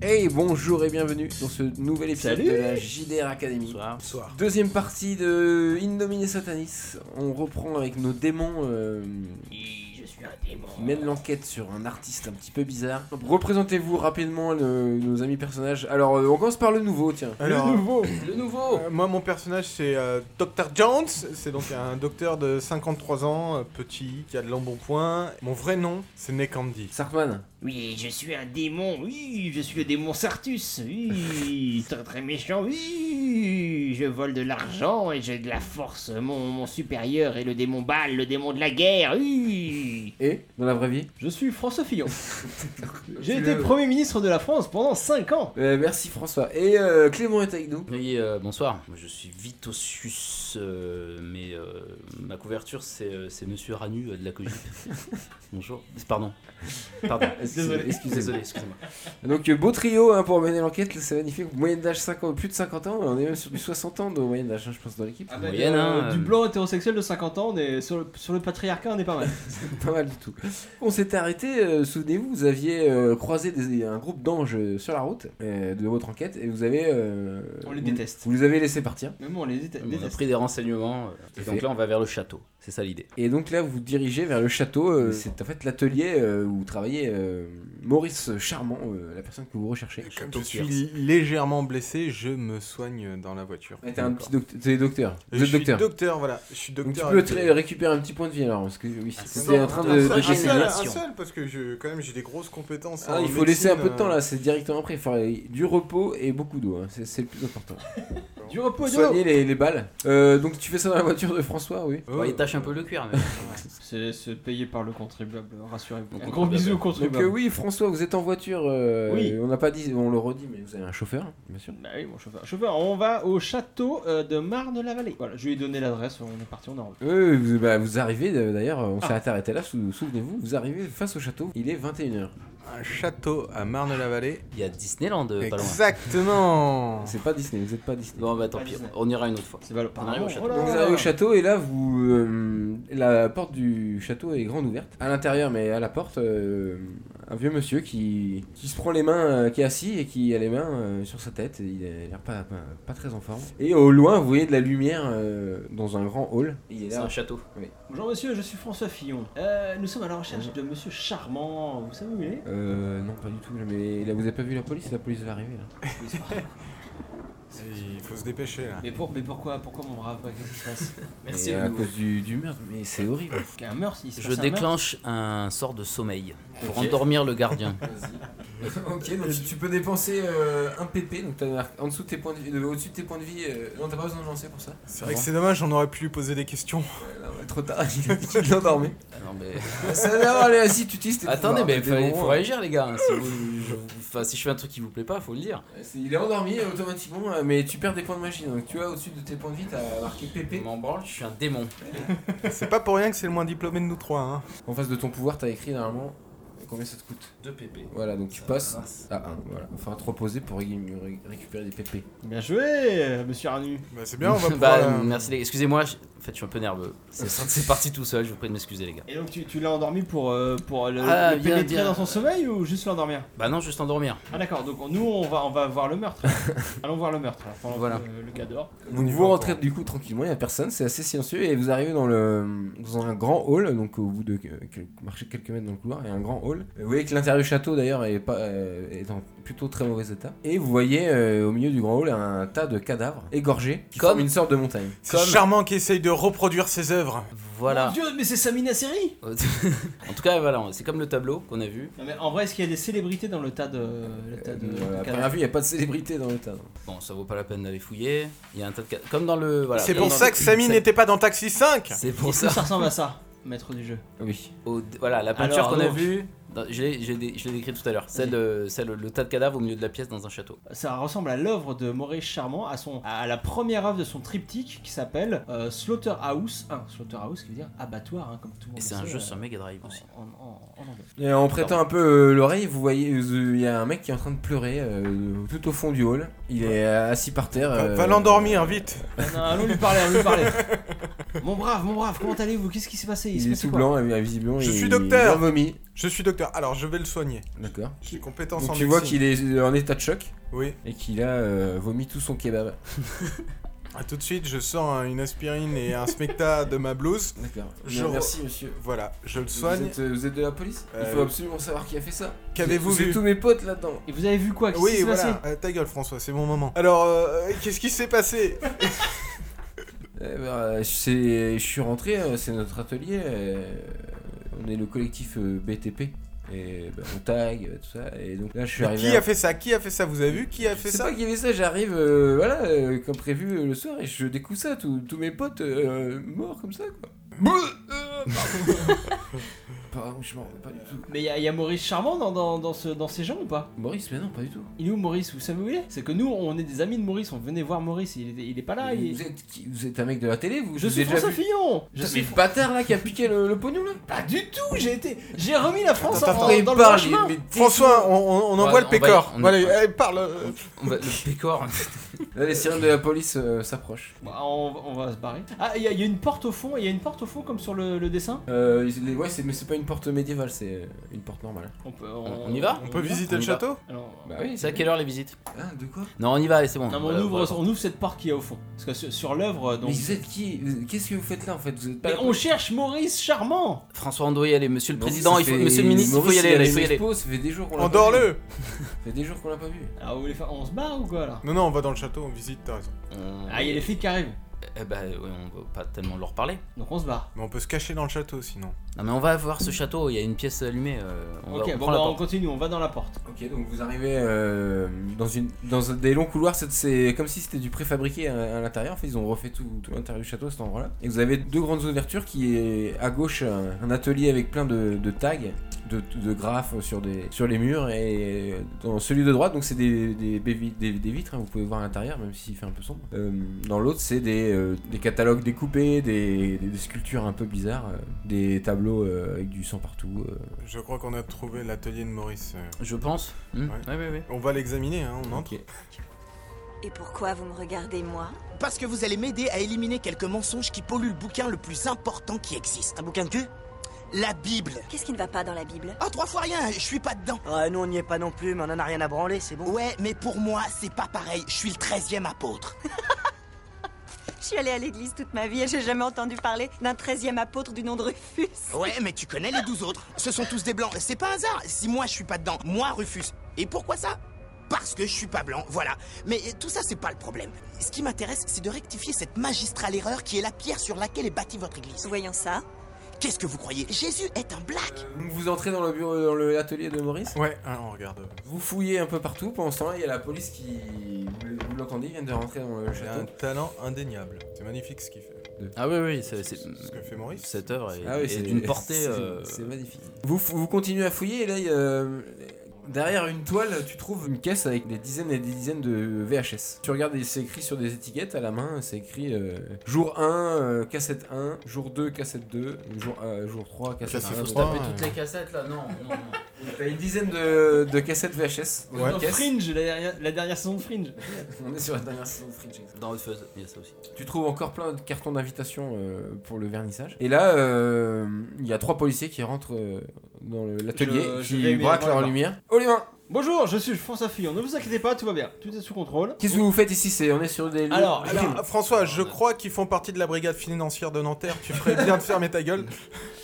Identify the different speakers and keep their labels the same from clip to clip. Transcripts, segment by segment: Speaker 1: Hey, bonjour et bienvenue dans ce nouvel épisode
Speaker 2: Salut
Speaker 1: de la JDR Academy.
Speaker 2: Bonsoir.
Speaker 3: Bonsoir.
Speaker 1: Deuxième partie de Indominé Satanis. On reprend avec nos démons euh,
Speaker 2: Je suis un démon.
Speaker 1: qui mènent l'enquête sur un artiste un petit peu bizarre. Représentez-vous rapidement le- nos amis personnages. Alors, euh, on commence par le nouveau, tiens.
Speaker 3: Alors,
Speaker 2: nouveau Le nouveau
Speaker 3: euh, moi, mon personnage, c'est euh, Dr. Jones. C'est donc un docteur de 53 ans, euh, petit, qui a de l'embonpoint. Mon vrai nom, c'est Nekandi.
Speaker 1: Sarkman.
Speaker 2: Oui, je suis un démon, oui, je suis le démon Sartus, oui, très très méchant, oui, je vole de l'argent et j'ai de la force, mon, mon supérieur est le démon Baal, le démon de la guerre, oui
Speaker 1: Et, dans la vraie vie
Speaker 4: Je suis François Fillon. J'ai
Speaker 1: Tu
Speaker 4: été
Speaker 1: l'as-
Speaker 4: Premier ministre de la France pendant 5 ans.
Speaker 1: Euh, Merci François. Et euh, Clément est avec nous.
Speaker 5: Oui, euh, bonsoir. Moi, je suis Vitosius, euh, mais euh, ma couverture, c'est euh, c'est Monsieur Ranu euh, de la Cogip. Bonjour. Pardon. Pardon.
Speaker 1: Désolé.
Speaker 5: Excusez- Désolé, excusez-moi.
Speaker 1: Donc, euh, beau trio hein, pour mener l'enquête, c'est magnifique. Moyenne d'âge 50, plus de 50 ans, on est même sur du 60 ans de moyenne d'âge, hein, je pense, dans l'équipe.
Speaker 5: bah, Moyenne, hein,
Speaker 4: Ah, du
Speaker 5: euh,
Speaker 4: blanc hétérosexuel de 50 ans, on est sur, le, sur le patriarcat, on est pas mal.
Speaker 1: Pas mal du tout. On s'était arrêté, euh, souvenez-vous, vous aviez euh, croisé des- un groupe d'anges euh, sur la route euh, de votre enquête et vous avez. euh,
Speaker 4: On les
Speaker 1: vous-
Speaker 4: déteste.
Speaker 1: Vous, les avez laissés partir.
Speaker 4: Même on les déta-
Speaker 5: On a
Speaker 4: déteste.
Speaker 5: pris des renseignements. euh, et
Speaker 1: Fait.
Speaker 5: donc là, on va vers le château. C'est ça l'idée.
Speaker 1: Et donc là, vous vous dirigez vers le château. euh, c'est en fait l'atelier euh, où travaillait euh, Maurice Charmant, euh, la personne que vous recherchez.
Speaker 3: Comme
Speaker 5: Château
Speaker 3: je suis
Speaker 5: Pierce.
Speaker 3: légèrement blessé, je me soigne dans la voiture.
Speaker 1: Ouais, T'es un petit docteur. T'es docteur. Vous
Speaker 3: Je
Speaker 1: êtes
Speaker 3: suis
Speaker 1: docteur.
Speaker 3: docteur. voilà. Je suis
Speaker 1: Donc tu
Speaker 3: docteur.
Speaker 1: peux
Speaker 3: avec-
Speaker 1: te ré- récupérer un petit point de vie alors, parce que oui,
Speaker 5: Ah,
Speaker 1: c'était en train de,
Speaker 3: un
Speaker 1: de
Speaker 3: seul, un
Speaker 1: gesser.
Speaker 3: seul, un
Speaker 5: Nation.
Speaker 3: seul, parce que je, quand même, j'ai des grosses compétences.
Speaker 1: Ah,
Speaker 3: en
Speaker 1: il faut laisser
Speaker 3: médecine,
Speaker 1: un peu de temps
Speaker 3: euh.
Speaker 1: là, c'est directement après. Il faut du repos et beaucoup d'eau, hein, c'est c'est le plus important.
Speaker 4: Du repos, du repos.
Speaker 1: Soigner les, les balles. Euh, donc tu fais ça dans la voiture de François, oui.
Speaker 3: Euh,
Speaker 5: Bon, il tâche un peu le cuir. Mais...
Speaker 4: C'est c'est payé par le contribuable, rassurez-vous.
Speaker 5: Le
Speaker 4: Un gros bisou au
Speaker 1: Donc euh,
Speaker 4: contribuable.
Speaker 1: oui, François, vous êtes en voiture. euh,
Speaker 4: Oui.
Speaker 1: On n'a pas dit, on le redit, mais vous avez un chauffeur, hein, bien sûr.
Speaker 4: Bah oui, mon chauffeur. Chauffeur, on va au château euh, de Marne-la-Vallée. Voilà, je lui ai donné l'adresse, on est parti, on est en route.
Speaker 1: Euh, vous, bah, vous arrivez euh, d'ailleurs, on s'est arrêté là, sou- souvenez-vous, vous arrivez face au château, il est 21h.
Speaker 3: Un château à Marne-la-Vallée.
Speaker 5: Il y a Disneyland euh, pas loin.
Speaker 3: Exactement.
Speaker 1: C'est pas Disney, vous êtes pas Disney.
Speaker 5: Bon, bah tant
Speaker 4: Pas
Speaker 5: pis.
Speaker 4: Disney.
Speaker 5: On ira une autre fois.
Speaker 4: C'est pas
Speaker 5: On arrive au château.
Speaker 1: Donc vous arrivez au château et là vous euh, la porte du château est grande ouverte. À l'intérieur mais à la porte euh, un vieux monsieur qui, qui se prend les mains euh, qui est assis et qui a les mains euh, sur sa tête, il a l'air pas, pas, pas très en forme. Et au loin vous voyez de la lumière euh, dans un grand hall. Il est
Speaker 5: C'est
Speaker 1: là.
Speaker 5: un château.
Speaker 4: Bonjour monsieur, je suis François Fillon. Euh, nous sommes à la recherche de monsieur Charmant. Vous savez où il est
Speaker 1: Euh, non pas du tout là, mais là vous avez pas vu la police, la police va arriver là.
Speaker 3: Il faut se dépêcher là.
Speaker 4: mais, pour, mais pourquoi pourquoi mon brave Qu'est-ce qui se passe
Speaker 5: Merci.
Speaker 1: Et
Speaker 5: le
Speaker 1: à
Speaker 5: nouveau.
Speaker 1: cause du, du meurtre, mais c'est horrible.
Speaker 4: Un meurtre, il se
Speaker 5: Je
Speaker 4: passe un meurtre.
Speaker 5: déclenche un sort de sommeil pour endormir le gardien.
Speaker 1: ok, donc tu peux dépenser euh, un PP, donc en dessous tes points de, euh, au-dessus de tes points de vie, euh, non t'as pas besoin de lancer pour ça.
Speaker 3: C'est vrai que c'est dommage, on aurait pu lui poser des questions.
Speaker 1: Ah Trop tard, il a dit qu'il l'endormait.
Speaker 5: Non, mais...
Speaker 1: Ça va, allez, vas-y, tu utilises tes
Speaker 5: Attendez,
Speaker 1: pouvoirs,
Speaker 5: mais
Speaker 1: tes
Speaker 5: fallait-
Speaker 1: démons,
Speaker 5: faut
Speaker 1: hein.
Speaker 5: réagir les gars. hein. Si, vous- je- enfin, si je fais un truc qui vous plaît pas, faut le dire.
Speaker 1: C'est- Il est endormi euh, automatiquement, euh, mais tu perds des points de magie. Donc tu vois, au-dessus de tes points de vie, t'as marqué
Speaker 5: Je
Speaker 1: PP.
Speaker 5: m'en branle, je suis un démon.
Speaker 3: C'est pas pour rien que c'est le moins diplômé de nous trois. Hein.
Speaker 1: En face de ton pouvoir, t'as écrit normalement combien ça te coûte.
Speaker 5: 2 PP.
Speaker 1: Voilà, donc tu passes à 1. Voilà. Enfin, te reposer pour ré- ré- récupérer des PP.
Speaker 4: Bien joué, monsieur Arnu.
Speaker 3: Bah, c'est bien, on va pouvoir.
Speaker 5: bah,
Speaker 3: euh,
Speaker 5: merci les gars. Excusez-moi, je- en fait, je suis un peu nerveux. C'est c'est parti tout seul, je vous prie de m'excuser les gars.
Speaker 4: Et donc tu, tu l'as endormi pour, euh, pour le,
Speaker 5: Ah,
Speaker 4: le
Speaker 5: bien,
Speaker 4: pénétrer
Speaker 5: bien.
Speaker 4: dans son sommeil ou juste l'endormir
Speaker 5: Bah non, juste endormir.
Speaker 4: Ah d'accord, donc on- nous on va, on va voir le meurtre. Allons voir le meurtre, là, pendant
Speaker 5: Voilà.
Speaker 4: que le, le gars dort.
Speaker 1: Donc vous rentrez du coup tranquillement, il n'y a personne, c'est assez silencieux et vous arrivez dans le dans un grand hall, donc au bout de que- que- marcher quelques mètres dans le couloir, il y a un grand hall. Vous voyez que l'intérieur du château d'ailleurs est pas euh, est en plutôt très mauvais état. Et vous voyez euh, au milieu du grand hall un tas de cadavres égorgés qui
Speaker 5: Comme-
Speaker 1: forment une sorte de montagne.
Speaker 3: C'est
Speaker 5: Comme-
Speaker 3: charmant qui essaye de reproduire ses œuvres.
Speaker 4: Mon
Speaker 5: Voilà.
Speaker 4: dieu, mais c'est Samina Seri
Speaker 5: en tout cas, voilà, c'est comme le tableau qu'on a vu.
Speaker 4: Non mais en vrai, est-ce qu'il y a des célébrités dans le tas de... Le tas
Speaker 5: Euh,
Speaker 4: de,
Speaker 5: bah,
Speaker 1: Voilà, à
Speaker 4: de
Speaker 1: première vue, il n'y a pas de célébrité dans le tas.
Speaker 5: Bon, ça vaut pas la peine d'aller fouiller. Il y a un tas de. ca- Comme dans le. Voilà,
Speaker 3: c'est
Speaker 5: comme
Speaker 3: pour
Speaker 5: dans
Speaker 3: ça
Speaker 5: le-
Speaker 3: que Samy n'était pas dans Taxi 5.
Speaker 5: C'est
Speaker 4: cadavres.
Speaker 5: pour
Speaker 4: Est-ce que
Speaker 5: ça.
Speaker 4: ça ressemble à ça, maître du jeu
Speaker 1: Oui.
Speaker 5: Au- Voilà, la peinture
Speaker 4: Alors,
Speaker 5: qu'on a
Speaker 4: donc.
Speaker 5: vue. dans- Je l'ai je l'ai dé- je l'ai décrit tout à l'heure. Celle, de- celle, le tas de cadavres au milieu de la pièce dans un château.
Speaker 4: Ça ressemble à l'œuvre de Maurice Charmant, à, son, à la première œuvre de son triptyque qui s'appelle euh, Slaughterhouse 1. Slaughterhouse qui veut dire abattoir, hein, comme tout le monde
Speaker 5: Et c'est
Speaker 4: le
Speaker 5: un
Speaker 4: sait,
Speaker 5: jeu
Speaker 4: euh,
Speaker 5: sur Mega Drive
Speaker 4: en-
Speaker 5: aussi.
Speaker 4: en- en- en anglais.
Speaker 1: Et en prêtant un peu euh, l'oreille, vous voyez, euh, il y a un mec qui est en train de pleurer euh, tout au fond du hall. Il est euh, assis par terre.
Speaker 3: Va-
Speaker 1: euh,
Speaker 3: Va l'endormir, vite.
Speaker 4: Non, non, allons lui parler, allons lui parler. Mon brave, mon brave, comment allez-vous Qu'est-ce qui s'est passé Il s'est
Speaker 1: Il est
Speaker 4: passé
Speaker 1: tout
Speaker 4: quoi
Speaker 1: blanc, euh, visiblement.
Speaker 3: Je
Speaker 1: il-
Speaker 3: suis docteur.
Speaker 1: Il vomit.
Speaker 3: Je suis docteur, alors je vais le soigner.
Speaker 1: D'accord.
Speaker 3: J'ai compétence en
Speaker 1: Donc tu vois
Speaker 3: médecine.
Speaker 1: qu'il est euh, en état de choc
Speaker 3: Oui.
Speaker 1: et qu'il a euh, vomi tout son kebab.
Speaker 3: Ah, tout de suite, je sors un- une aspirine et un smecta de ma blouse.
Speaker 1: D'accord.
Speaker 3: Je-
Speaker 1: Merci monsieur.
Speaker 3: Voilà, je le
Speaker 1: Vous
Speaker 3: soigne.
Speaker 1: êtes, euh, vous êtes de la police
Speaker 3: Euh,
Speaker 1: Il faut absolument savoir qui a fait ça.
Speaker 3: Qu'avez-vous
Speaker 1: C'est
Speaker 3: vu
Speaker 1: tous mes potes là-dedans.
Speaker 4: Et vous avez vu quoi Qu'est-ce qui
Speaker 3: Oui,
Speaker 4: s'est
Speaker 3: voilà.
Speaker 4: passé
Speaker 3: Euh, ta gueule, François, c'est mon moment. Alors, euh, qu'est-ce qui s'est passé
Speaker 1: Eh ben, euh, c'est- je suis rentré, euh, c'est notre atelier. euh, on est le collectif euh, BTP. Et ben, on tag, euh, tout ça. Et donc là, je suis
Speaker 3: Mais
Speaker 1: arrivé.
Speaker 3: Qui
Speaker 1: à-
Speaker 3: a fait ça Qui a fait ça Vous avez vu qui a fait
Speaker 1: C'est
Speaker 3: ça
Speaker 1: pas qui avait ça, j'arrive, euh, voilà, euh, comme prévu euh, le soir, et je découvre ça, tous tous mes potes euh, morts comme ça, quoi. Bah, Pardon, je m'en remets pas du tout.
Speaker 4: Mais il y, a- y a Maurice Charmant dans, dans, dans ce- dans ces gens ou pas
Speaker 1: Maurice, mais non, pas du tout.
Speaker 4: Il est où Maurice Vous savez où il est C'est que nous, on est des amis de Maurice, on venait voir Maurice, il est, il est pas là. il-
Speaker 1: vous, êtes qui vous êtes un mec de la télé, vous
Speaker 4: Je
Speaker 1: vous
Speaker 4: suis
Speaker 1: avez déjà
Speaker 4: François
Speaker 1: vu
Speaker 4: Fillon
Speaker 1: Je
Speaker 4: Je suis
Speaker 1: le bâtard là qui a piqué le, le pognon là
Speaker 4: pas du tout J'ai été... J'ai remis la France
Speaker 3: Attends,
Speaker 4: en-
Speaker 1: Après,
Speaker 4: en-
Speaker 1: il
Speaker 4: dans le bon
Speaker 1: parle,
Speaker 4: chemin.
Speaker 1: il- mais t'es-
Speaker 3: François, on, on- on envoie
Speaker 5: Ouais,
Speaker 3: le
Speaker 5: on va y-
Speaker 3: pécor.
Speaker 5: on-
Speaker 3: Voilà, allez, parle. euh.
Speaker 5: On va- le pécor.
Speaker 1: Là, les sirènes de la police euh, s'approchent.
Speaker 4: Bah, on, va- on va se barrer. Ah, il y, a- il y a une porte au fond, il y a une porte au fond comme sur le, le dessin
Speaker 1: Euh, ils- les, ouais, c'est- mais c'est pas une porte médiévale, c'est euh, une porte normale.
Speaker 4: on, peut,
Speaker 1: Euh,
Speaker 5: On- on y va
Speaker 3: On peut visiter
Speaker 5: On
Speaker 3: le
Speaker 5: y va.
Speaker 3: château
Speaker 4: Alors,
Speaker 1: Bah oui,
Speaker 5: C'est à quelle heure les visites
Speaker 1: Ah, de quoi
Speaker 5: Non, on y va, allez, c'est bon.
Speaker 4: Non, mais on,
Speaker 5: Voilà,
Speaker 4: ouvre,
Speaker 5: voilà.
Speaker 4: on ouvre cette porte qui est au fond. Parce que sur, sur l'œuvre, donc.
Speaker 1: bah, Mais vous êtes qui Qu'est-ce que vous faites là en fait Vous êtes pas
Speaker 4: Mais
Speaker 1: la
Speaker 4: on cherche Maurice Charmant
Speaker 5: François, on doit y aller. Monsieur le
Speaker 1: Maurice,
Speaker 5: président,
Speaker 1: ça
Speaker 5: il faut-
Speaker 1: fait-
Speaker 5: monsieur le ministre, il faut y
Speaker 1: Maurice,
Speaker 5: aller.
Speaker 1: a
Speaker 5: là, Il
Speaker 1: des
Speaker 5: faut y aller.
Speaker 1: expos, Ça fait des jours qu'on l'a pas vu.
Speaker 3: Endors-le
Speaker 1: Ça fait des jours qu'on l'a pas vu.
Speaker 4: Alors, Ah, vous voulez faire. On se bat ou quoi là
Speaker 3: Non, non, on va dans le château, on visite, t'as raison.
Speaker 5: On-
Speaker 4: Ah, il y a les flics qui arrivent.
Speaker 5: Euh, Eh bah, ouais, on va pas tellement leur parler.
Speaker 4: Donc on se bat.
Speaker 3: Mais on peut se cacher dans le château sinon.
Speaker 5: Non, mais on va voir ce château, il y a une pièce allumée. euh, on
Speaker 4: Ok,
Speaker 5: va on
Speaker 4: bon,
Speaker 5: prend la
Speaker 4: bah, on
Speaker 5: porte.
Speaker 4: continue, on va dans la porte.
Speaker 1: Ok, donc vous arrivez euh, dans, une, dans un- des longs couloirs, c'est- c'est comme si c'était du préfabriqué à, à l'intérieur. En fait, ils ont refait tout, tout l'intérieur du château à cet endroit-là. Et vous avez deux grandes ouvertures qui est à gauche un, un atelier avec plein de, de tags, de, de graphes sur, des, sur les murs. Et dans celui de droite, donc c'est des, des, baies vi- des- des vitres, hein, vous pouvez voir à l'intérieur, même s'il fait un peu sombre. Euh, dans l'autre, c'est des, euh, des catalogues découpés, des, des- des sculptures un peu bizarres, euh, des tableaux euh, avec du sang partout. euh,
Speaker 3: Je crois qu'on a trouvé l'atelier de Maurice. euh.
Speaker 5: Je pense. Hmm
Speaker 3: Ouais.
Speaker 5: ouais, ouais. ouais.
Speaker 3: On va l'examiner, hein, on entre.
Speaker 1: ok.
Speaker 6: Et pourquoi vous me regardez moi
Speaker 7: Parce que vous allez m'aider à éliminer quelques mensonges qui polluent le bouquin le plus important qui existe. Un bouquin de cul La Bible.
Speaker 6: Qu'est-ce qui ne va pas dans la Bible
Speaker 7: Ah, trois fois rien, je suis pas dedans.
Speaker 8: Ah, nous on n'y est pas non plus, mais on en a rien à branler, c'est bon.
Speaker 7: Ouais, mais pour moi, c'est pas pareil. Je suis le 13e apôtre.
Speaker 6: Je suis allée à l'église toute ma vie et j'ai jamais entendu parler d'un 13e apôtre du nom de Rufus.
Speaker 7: Ouais, mais tu connais les 12 autres. Ce sont tous des blancs. C'est pas un hasard si moi je suis pas dedans. Moi, Rufus. Et pourquoi ça parce que je suis pas blanc, voilà. Mais tout ça, c'est pas le problème. Ce qui m'intéresse, c'est de rectifier cette magistrale erreur qui est la pierre sur laquelle est bâtie votre église.
Speaker 6: Voyons ça.
Speaker 7: Qu'est-ce que vous croyez Jésus est un black
Speaker 1: Donc vous entrez dans le bureau, dans le- l'atelier de Maurice.
Speaker 3: Ouais, hein, on regarde.
Speaker 1: Vous fouillez un peu partout. Pendant ce temps-là, il y a la police qui, vous l- vous l'entendez, vient de rentrer dans le
Speaker 3: Il a un
Speaker 1: château.
Speaker 3: talent indéniable. C'est magnifique ce qu'il fait.
Speaker 5: Ah, oui, oui, c'est. c'est-
Speaker 3: Ce que fait Maurice.
Speaker 5: Cette œuvre est,
Speaker 1: Ah oui,
Speaker 5: est d'une portée.
Speaker 1: c'est-
Speaker 5: euh,
Speaker 1: C'est magnifique. Vous, f- vous continuez à fouiller et là, il y a- derrière une toile, tu trouves une caisse avec des dizaines et des dizaines de VHS. Tu regardes, et c'est écrit sur des étiquettes à la main, c'est écrit euh, jour 1, euh, cassette 1, jour 2, cassette 2, jour, euh, jour 3, cassette
Speaker 3: Ça,
Speaker 5: Il faut se
Speaker 1: 1.
Speaker 3: trois.
Speaker 5: taper
Speaker 3: Ouais.
Speaker 5: toutes les cassettes là, non, non, non.
Speaker 1: T'as une dizaine de, de cassettes VHS. dans une
Speaker 4: Dans
Speaker 1: caisse.
Speaker 4: Fringe, la dernière, la dernière saison de Fringe.
Speaker 1: On est sur la dernière saison de Fringe, exactement.
Speaker 5: Dans Hot Fuzz, il y a ça aussi.
Speaker 1: Tu trouves encore plein de cartons d'invitation euh, pour le vernissage. Et là, euh, il y a trois policiers qui rentrent euh, dans le- l'atelier,
Speaker 4: Je- je vais
Speaker 1: qui
Speaker 4: lui
Speaker 1: braquent
Speaker 4: répondre
Speaker 1: leur
Speaker 4: là.
Speaker 1: lumière. Olivin,
Speaker 4: Bonjour, je suis François Fillon, ne vous inquiétez pas, tout va bien, tout est sous contrôle.
Speaker 1: qu'est-ce que vous faites ici C'est On est sur des lieux
Speaker 4: Alors,
Speaker 1: de crime.
Speaker 3: Alors, François, je crois qu'ils font partie de la brigade financière de Nanterre. Tu ferais bien de fermer ta gueule.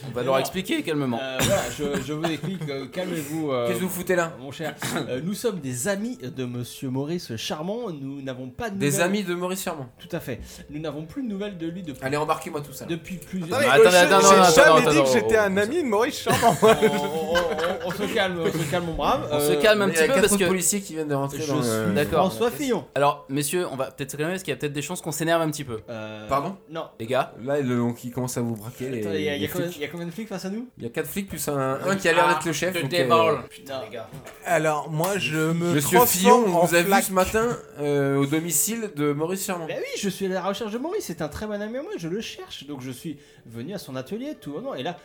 Speaker 5: On va
Speaker 4: Mais
Speaker 5: leur
Speaker 4: non.
Speaker 5: expliquer calmement.
Speaker 4: Euh, voilà, je, je vous explique, euh, calmez-vous. euh,
Speaker 1: qu'est-ce que vous foutez là
Speaker 4: Mon cher, Euh, nous sommes des amis de Monsieur Maurice Charmant. Nous n'avons pas de
Speaker 1: Des
Speaker 4: nouvelles-
Speaker 1: amis de Maurice Charmant.
Speaker 4: Tout à fait. Nous n'avons plus de nouvelles de lui depuis,
Speaker 1: Allez, embarquez-moi tout ça. là.
Speaker 4: depuis plusieurs.
Speaker 3: Attendez,
Speaker 5: attendez,
Speaker 3: euh,
Speaker 5: attendez,
Speaker 3: j'ai
Speaker 5: attendez,
Speaker 3: jamais
Speaker 5: attendez,
Speaker 3: dit que
Speaker 5: attendez,
Speaker 3: j'étais
Speaker 5: attendez,
Speaker 3: un ami de Maurice Charmant.
Speaker 4: on, on- on- on se calme, on se calme, mon brave.
Speaker 5: On se
Speaker 4: Euh,
Speaker 5: calme un
Speaker 1: Il y
Speaker 5: petit
Speaker 1: a
Speaker 5: peu
Speaker 1: quatre
Speaker 5: parce
Speaker 1: autres
Speaker 5: que.
Speaker 1: policiers qui viennent de rentrer
Speaker 5: Je
Speaker 1: dans
Speaker 5: suis
Speaker 1: le...
Speaker 5: d'accord.
Speaker 4: François Fillon.
Speaker 5: Alors, messieurs, on va peut-être se calmer parce qu'il y a peut-être des chances qu'on s'énerve un petit peu.
Speaker 4: Euh,
Speaker 1: Pardon
Speaker 4: Non.
Speaker 5: Les gars,
Speaker 1: Là, le, donc, ils commencent à vous braquer. les-
Speaker 4: Attendez, il y, a- il y
Speaker 1: les
Speaker 4: a combien-
Speaker 1: flics.
Speaker 4: il y a combien de flics face à nous
Speaker 1: Il y a quatre flics plus un, un qui a l'air
Speaker 5: ah,
Speaker 1: d'être le chef. donc, euh,
Speaker 5: Putain, les gars.
Speaker 3: Alors, moi, je me
Speaker 1: Monsieur Fillon,
Speaker 3: transforme Euh, en
Speaker 1: on vous a vu
Speaker 3: flaque.
Speaker 1: ce matin euh, au domicile de Maurice Charmant.
Speaker 4: Bah oui, je suis à la recherche de Maurice. C'est un très bon ami à moi. Je le cherche. Donc je suis venu à son atelier, tout. Non, et là,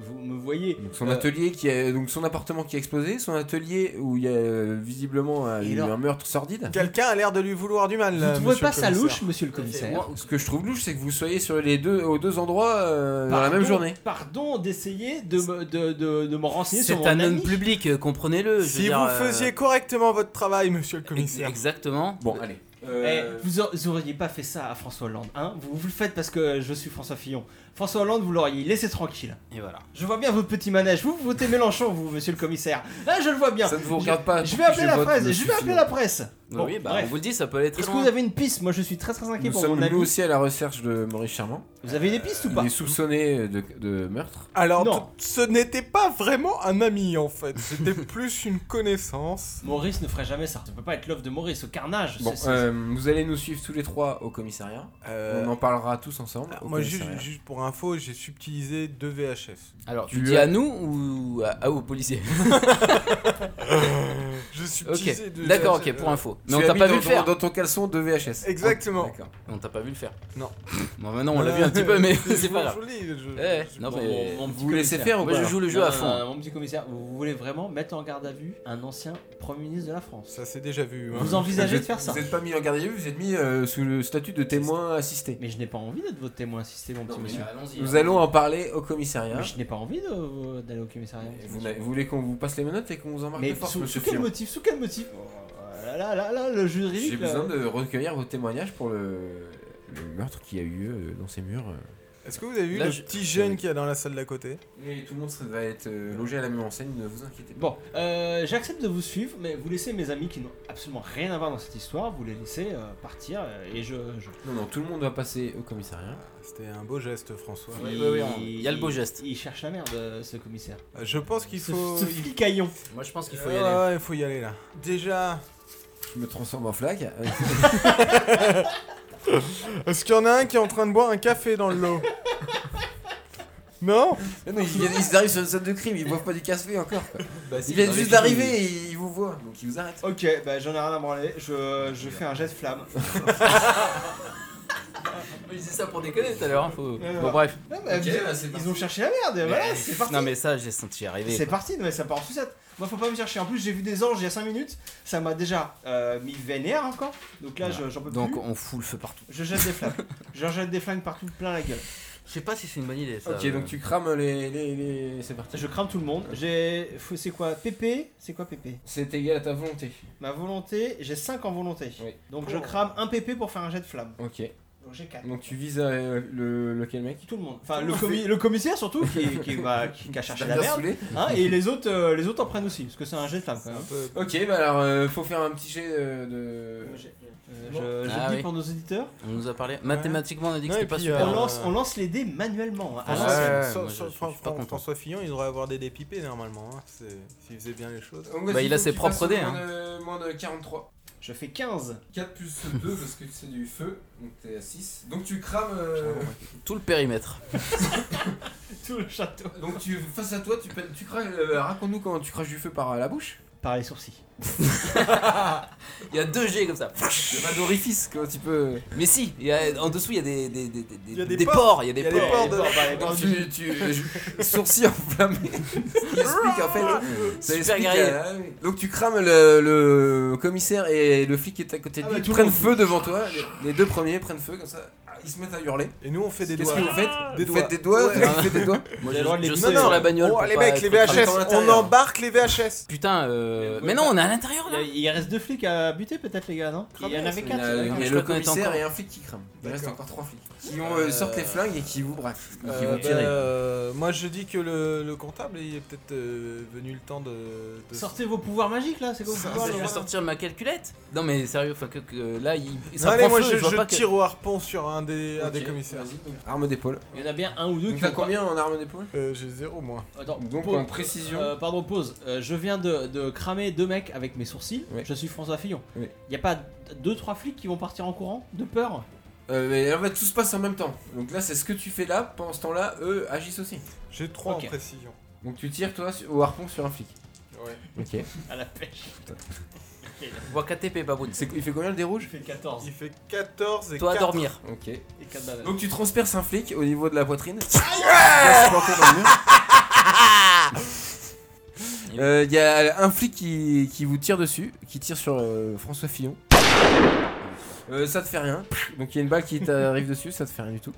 Speaker 4: vous vous me voyez.
Speaker 1: Donc son
Speaker 4: euh,
Speaker 1: atelier qui a, donc son appartement qui a explosé, son atelier où où il y a euh, visiblement un,
Speaker 4: Et alors
Speaker 1: un meurtre sordide.
Speaker 3: Quelqu'un a l'air de lui vouloir du mal.
Speaker 4: Vous
Speaker 3: euh,
Speaker 4: ne trouvez
Speaker 3: monsieur
Speaker 4: pas
Speaker 3: le
Speaker 4: ça
Speaker 3: commissaire.
Speaker 4: louche, monsieur le commissaire
Speaker 1: Moi, ce que je trouve louche, c'est que vous soyez sur les deux, aux deux endroits euh, dans la
Speaker 4: Pardon-
Speaker 1: même journée.
Speaker 4: Pardon d'essayer de me, de, de, de me renseigner sur
Speaker 5: C'est
Speaker 4: mon
Speaker 5: un
Speaker 4: ami.
Speaker 5: homme public, euh, comprenez-le. je veux
Speaker 3: Si
Speaker 5: dire,
Speaker 3: vous
Speaker 5: euh,
Speaker 3: faisiez correctement votre travail, monsieur le
Speaker 5: ex-
Speaker 3: commissaire.
Speaker 5: Exactement.
Speaker 1: Bon, allez.
Speaker 4: Eh,
Speaker 1: Euh,
Speaker 4: vous, aur- vous auriez pas fait ça à François Hollande, hein vous, vous le faites parce que je suis François Fillon. François Hollande, vous l'auriez laissé tranquille.
Speaker 5: Et voilà.
Speaker 4: Je vois bien votre petit manège. Vous, vous votez Mélenchon, vous, monsieur le commissaire. Là, je le vois bien.
Speaker 1: Ça ne vous regarde pas.
Speaker 4: Je vais appeler la
Speaker 1: vote,
Speaker 4: presse.
Speaker 1: monsieur
Speaker 4: Je vais appeler la presse. Bon,
Speaker 5: oui, bah,
Speaker 4: bref.
Speaker 5: on vous le dit, ça peut aller très
Speaker 4: Est-ce que
Speaker 5: loin.
Speaker 4: vous avez une piste Moi, je suis très très inquiet
Speaker 1: Nous
Speaker 4: pour mon
Speaker 1: sommes
Speaker 4: ami.
Speaker 1: nous aussi à la recherche de Maurice Charmant.
Speaker 4: Vous avez des pistes ou pas
Speaker 1: Il est soupçonné de, de meurtre.
Speaker 3: Alors,
Speaker 4: Non.
Speaker 3: t- ce n'était pas vraiment un ami en fait, c'était plus une connaissance.
Speaker 4: Maurice ne ferait jamais ça. Ça peut pas être l'œuvre de Maurice au carnage.
Speaker 1: Bon,
Speaker 4: c'est- c'est-
Speaker 1: euh, vous allez nous suivre tous les trois au commissariat.
Speaker 3: Euh,
Speaker 1: On en parlera tous ensemble.
Speaker 5: ah,
Speaker 1: au
Speaker 3: moi, ju-
Speaker 1: commissariat.
Speaker 3: juste, pour info, j'ai subtilisé deux VHS.
Speaker 5: Alors, tu
Speaker 1: Tu
Speaker 5: dis
Speaker 1: as-
Speaker 5: à nous ou à, à- aux policiers
Speaker 3: Je subtilisais
Speaker 5: Euh, Ok.
Speaker 3: deux
Speaker 5: D'accord,
Speaker 3: VHS,
Speaker 5: ok, pour
Speaker 3: euh,
Speaker 5: info. Mais on
Speaker 1: Tu
Speaker 5: t'a pas
Speaker 1: habites
Speaker 5: vu
Speaker 1: dans-
Speaker 5: le faire.
Speaker 1: Dans, dans ton caleçon de VHS.
Speaker 3: Exactement.
Speaker 1: D'accord.
Speaker 5: On t'a pas vu le faire.
Speaker 3: Non.
Speaker 5: Bon, maintenant, on l'a vu un petit peu, mais c'est pas grave.
Speaker 3: joli, je-
Speaker 5: Eh,
Speaker 3: je-
Speaker 5: non,
Speaker 3: bon,
Speaker 5: mais-
Speaker 4: mon- mon petit
Speaker 1: Vous laissez
Speaker 4: commissaire.
Speaker 1: faire ou
Speaker 5: Moi,
Speaker 1: pas
Speaker 5: je joue le jeu
Speaker 4: Non,
Speaker 5: à
Speaker 4: non,
Speaker 5: fond.
Speaker 4: non, mon petit commissaire, vous, vous voulez vraiment mettre en garde à vue un ancien Premier ministre de la France
Speaker 3: Ça s'est déjà vu. hein.
Speaker 4: Vous envisagez de faire ça
Speaker 1: Vous n'êtes pas mis en garde à vue, vous êtes mis euh, sous le statut de témoin assisté.
Speaker 4: Mais je n'ai pas envie d'être votre témoin assisté, mon petit monsieur.
Speaker 1: Nous allons en parler au commissariat.
Speaker 4: Mais je n'ai pas envie de- d'aller au commissariat.
Speaker 1: Et Vous, n'avez- vous voulez qu'on vous passe les menottes et qu'on vous embarque
Speaker 4: Mais
Speaker 1: de force,
Speaker 4: sous,
Speaker 1: monsieur
Speaker 4: sous quel
Speaker 1: Fillon
Speaker 4: motif Sous quel motif Oh, Là, là, là, là, le juridique.
Speaker 1: J'ai
Speaker 4: là.
Speaker 1: besoin de recueillir vos témoignages pour le, le meurtre qui a eu lieu euh, dans ces murs. euh.
Speaker 3: Est-ce que vous avez vu
Speaker 5: Là,
Speaker 3: le
Speaker 5: je-
Speaker 3: petit jeune qu'il y a dans la salle d'à côté
Speaker 1: Et tout le monde se- va être euh, logé à la même enseigne, ne vous inquiétez pas.
Speaker 4: Bon, euh, j'accepte de vous suivre, mais vous laissez mes amis qui n'ont absolument rien à voir dans cette histoire, vous les laissez euh, partir euh, et je. je-
Speaker 1: Non, non, tout le monde va passer au commissariat.
Speaker 3: C'était un beau geste, François.
Speaker 5: Oui, oui, oui, on- il y a le beau geste.
Speaker 4: Il cherche la merde, euh, ce commissaire.
Speaker 3: Euh, Je pense qu'il
Speaker 4: Ce,
Speaker 3: faut.
Speaker 4: ce
Speaker 3: il-
Speaker 4: flicaillon.
Speaker 5: Moi, je pense qu'il faut y
Speaker 3: Ouais,
Speaker 5: aller.
Speaker 3: ouais, il faut y aller là. Déjà,
Speaker 1: Je me transforme en flag. Euh,
Speaker 3: Est-ce qu'il y en a un qui est en train de boire un café dans le lot Non
Speaker 1: non, ils, ils arrivent sur une scène de crime, ils boivent pas du café encore. quoi. Ils
Speaker 5: bah, dans
Speaker 1: viennent
Speaker 5: les
Speaker 1: juste
Speaker 5: films,
Speaker 1: d'arriver et ils vous voient, donc ils vous arrêtent.
Speaker 4: Ok, bah j'en ai rien à branler, je, je fais un jet de flamme.
Speaker 5: Je disais ça pour déconner tout à l'heure. hein, faut-
Speaker 4: Ouais,
Speaker 5: Bon,
Speaker 4: ouais.
Speaker 5: bref.
Speaker 4: Non, mais
Speaker 1: Ok,
Speaker 4: vous-
Speaker 1: bah, c'est
Speaker 4: ils
Speaker 1: parti.
Speaker 4: ont cherché la merde, et voilà,
Speaker 5: Mais-
Speaker 4: c'est parti.
Speaker 5: Non, mais ça, j'ai senti arriver.
Speaker 4: C'est parti, non, mais ça part en sucette. Moi, faut pas me chercher. En plus, j'ai vu des anges il y a 5 minutes. Ça m'a déjà euh, mis vénère encore. Donc là,
Speaker 5: Voilà.
Speaker 4: je- j'en peux
Speaker 5: Donc,
Speaker 4: plus.
Speaker 5: on fout le feu partout.
Speaker 4: Je jette des flammes. je jette des flammes partout, plein la gueule.
Speaker 5: Je sais pas si c'est une bonne idée ça.
Speaker 1: Ok, donc tu crames les. les, les- C'est parti.
Speaker 4: Je crame tout le monde. J'ai. faut- C'est quoi Pépé C'est quoi Pépé
Speaker 1: C'est égal à ta volonté.
Speaker 4: Ma volonté, j'ai 5 en volonté.
Speaker 1: Oui.
Speaker 4: Donc je crame un Pépé pour faire un jet de flamme.
Speaker 1: Ok.
Speaker 4: Donc j'ai 4.
Speaker 1: Donc tu vises euh, le, lequel mec
Speaker 4: Tout le monde. Enfin, le, commi- le commissaire surtout qui, qui, va- qui- qui a cherché la
Speaker 1: Bien
Speaker 4: merde.
Speaker 1: saoulé.
Speaker 4: hein, et les autres, euh, les autres en prennent aussi. Parce que c'est un jet de flamme quand même.
Speaker 1: Ok, bah alors euh, faut faire un petit jet euh, de.
Speaker 4: Euh, je je
Speaker 5: Ah
Speaker 4: dis
Speaker 5: oui.
Speaker 4: pour nos auditeurs.
Speaker 5: On nous a parlé. Mathématiquement, on a dit que
Speaker 3: Ouais,
Speaker 5: c'était
Speaker 3: et
Speaker 5: pas
Speaker 3: puis,
Speaker 5: super.
Speaker 3: euh,
Speaker 4: On lance, on lance les dés manuellement. hein, à
Speaker 5: Ah,
Speaker 3: Bah,
Speaker 5: Ouais.
Speaker 4: l'ancienne.
Speaker 5: moi, je- je suis pas content.
Speaker 3: François Fillon, il devrait avoir des dépipés normalement, hein. C'est- s'il faisait bien les choses.
Speaker 1: Donc, vas-y,
Speaker 5: Bah, il
Speaker 1: faut
Speaker 5: a
Speaker 1: que
Speaker 5: ses
Speaker 1: tu
Speaker 5: propres
Speaker 1: fasses au
Speaker 5: dés, hein.
Speaker 1: Moins de, moins de 43.
Speaker 4: Je fais 15.
Speaker 1: 4 plus 2 parce que c'est du feu, donc t'es à 6. Donc tu crames. euh,
Speaker 5: Tout le périmètre.
Speaker 4: Tout le château.
Speaker 1: donc tu face à toi, tu, pètes- tu crames. euh, Raconte-nous comment tu craches du feu par euh, la bouche.
Speaker 4: Par les sourcils.
Speaker 5: Il y a deux G comme ça.
Speaker 1: Il y a pas d'orifice, comment tu peux. euh,
Speaker 5: Mais si, il y a- en dessous, il y a des, des, des, des,
Speaker 3: y a
Speaker 5: des
Speaker 3: des
Speaker 5: ports.
Speaker 3: ports.
Speaker 5: Il y a des
Speaker 3: Il y a
Speaker 5: ports.
Speaker 3: des ports de-
Speaker 4: par les
Speaker 1: Non,
Speaker 4: bords
Speaker 1: tu, tu, sourcils enflammés. Ce qui explique en fait. Ça
Speaker 5: Super
Speaker 1: explique,
Speaker 5: guerrier.
Speaker 1: euh, ouais, ouais. donc tu crames le, le commissaire et le flic qui est à côté de
Speaker 4: Ah
Speaker 1: lui.
Speaker 4: bah, tout le
Speaker 1: prennent
Speaker 4: monde.
Speaker 1: feu devant toi. Les, les deux premiers prennent feu comme ça. Ah, Ils se mettent à hurler.
Speaker 3: Et nous, on fait des
Speaker 1: Qu'est-ce
Speaker 3: doigts.
Speaker 1: que vous faites
Speaker 3: Des
Speaker 1: Vous
Speaker 3: doigts.
Speaker 1: faites des doigts
Speaker 3: Ouais.
Speaker 1: vous faites des doigts
Speaker 4: Il
Speaker 5: Moi,
Speaker 4: y a le droit de les
Speaker 5: je, je
Speaker 4: pousser,
Speaker 5: saute sur
Speaker 4: ouais.
Speaker 5: la bagnole.
Speaker 3: Oh,
Speaker 5: pour
Speaker 3: les
Speaker 5: pas
Speaker 3: mecs,
Speaker 5: être
Speaker 3: les
Speaker 5: attrapé.
Speaker 1: attraper par
Speaker 3: VHS, on
Speaker 1: l'intérieur.
Speaker 3: embarque les VHS.
Speaker 5: Putain, euh...
Speaker 1: Mais
Speaker 5: mais non, on est à l'intérieur là.
Speaker 4: Il il reste deux flics à buter peut-être les gars, non Il y en avait
Speaker 1: Il y en
Speaker 4: quatre.
Speaker 1: a,
Speaker 4: il y en
Speaker 1: il y
Speaker 4: avait
Speaker 1: a
Speaker 5: je
Speaker 1: le
Speaker 5: crois qu'on est
Speaker 1: commissaire
Speaker 5: encore.
Speaker 1: et un flic qui crame. Il reste
Speaker 3: D'accord.
Speaker 1: encore trois flics. Qui ont, euh, sortent les flingues et qui vous braquent. Et qui
Speaker 3: Euh,
Speaker 1: vont tirer.
Speaker 3: bah, euh, moi, je dis que le, le comptable, il est peut-être euh, venu le temps de. de-
Speaker 4: quatre. Sortez vos pouvoirs magiques là, c'est quoi vos
Speaker 3: Ça,
Speaker 4: pouvoirs
Speaker 5: Je
Speaker 4: là
Speaker 5: vais sortir ma calculette. Non, mais sérieux, faut que, que- là, il.
Speaker 3: Non,
Speaker 5: Ça
Speaker 3: allez,
Speaker 5: prend
Speaker 3: moi,
Speaker 5: feu,
Speaker 3: je,
Speaker 5: vois
Speaker 3: je
Speaker 5: pas que-
Speaker 3: tire au harpon sur un des, un
Speaker 1: Ok,
Speaker 3: des commissaires.
Speaker 1: vas-y, donc, Arme d'épaule.
Speaker 4: Il y en a bien un ou deux
Speaker 1: Donc
Speaker 4: qui
Speaker 1: t'as
Speaker 4: ont pas-
Speaker 1: combien en arme d'épaule
Speaker 3: Euh, J'ai zéro, moi.
Speaker 4: Attends,
Speaker 1: Donc,
Speaker 4: pause.
Speaker 1: en précision.
Speaker 4: Euh, pardon, pause. Euh, je viens de, de cramer deux mecs avec mes sourcils.
Speaker 1: Oui.
Speaker 4: Je suis François Fillon.
Speaker 1: Oui.
Speaker 4: Il y a pas d- deux, trois flics qui vont partir en courant de peur
Speaker 1: Euh, mais en fait, tout se passe en même temps. Donc là, c'est ce que tu fais là. Pendant ce temps-là, eux agissent aussi.
Speaker 3: J'ai trois
Speaker 4: Ok.
Speaker 3: en précision.
Speaker 1: Donc tu tires toi su- au harpon sur un flic.
Speaker 3: Ouais.
Speaker 1: Ok.
Speaker 4: à la pêche.
Speaker 5: Wakatep Baboun.
Speaker 1: Il fait combien le
Speaker 4: Je
Speaker 1: dérouge
Speaker 4: fais 14
Speaker 3: Il fait 14 et
Speaker 5: Toi à
Speaker 3: 4.
Speaker 5: dormir.
Speaker 1: Ok.
Speaker 4: et 4 bananes.
Speaker 1: Donc tu transperces un flic au niveau de la poitrine. Il va se planter dans le mur. Euh, Il y a un flic qui, qui vous tire dessus, qui tire sur euh, François Fillon. Euh, ça te fait rien. Donc il y a une balle qui t'arrive dessus, ça te fait rien du tout.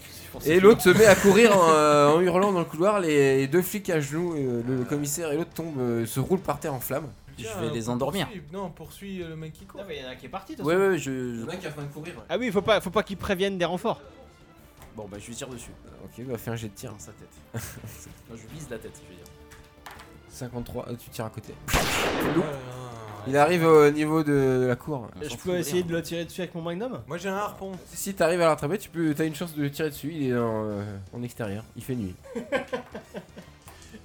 Speaker 1: Et l'autre se met à courir en, euh, en hurlant dans le couloir. Les, les deux flics à genoux, euh, le commissaire et l'autre tombe, euh, se roule par terre en flammes.
Speaker 5: Je vais les endormir.
Speaker 3: Poursuis- Non, poursuis euh, le mec qui court.
Speaker 4: Non, Ah, mais il y en a un qui est parti, de toute
Speaker 5: Ouais,
Speaker 4: façon.
Speaker 5: ouais, je. je-
Speaker 1: qui est en train de courir.
Speaker 9: Ah oui, faut pas, faut pas qu'ils préviennent des renforts.
Speaker 5: Bon, bah, je lui tire dessus.
Speaker 1: Ok, bah fais un jet de tir.
Speaker 5: Dans sa tête. Non, je lui vise la tête, je veux dire.
Speaker 1: 53, euh, tu tires à côté.
Speaker 3: Ah.
Speaker 1: Il arrive au niveau de, de la cour. Euh,
Speaker 5: On
Speaker 4: Je
Speaker 5: s'en
Speaker 4: peux
Speaker 5: fout
Speaker 4: essayer
Speaker 5: rien.
Speaker 4: Ah, de le tirer dessus avec mon magnum
Speaker 3: Moi j'ai un harpon.
Speaker 1: Si t'arrives à l'attraper, tu peux, t'as une chance de le tirer dessus. Il est en, euh, en extérieur, il fait nuit.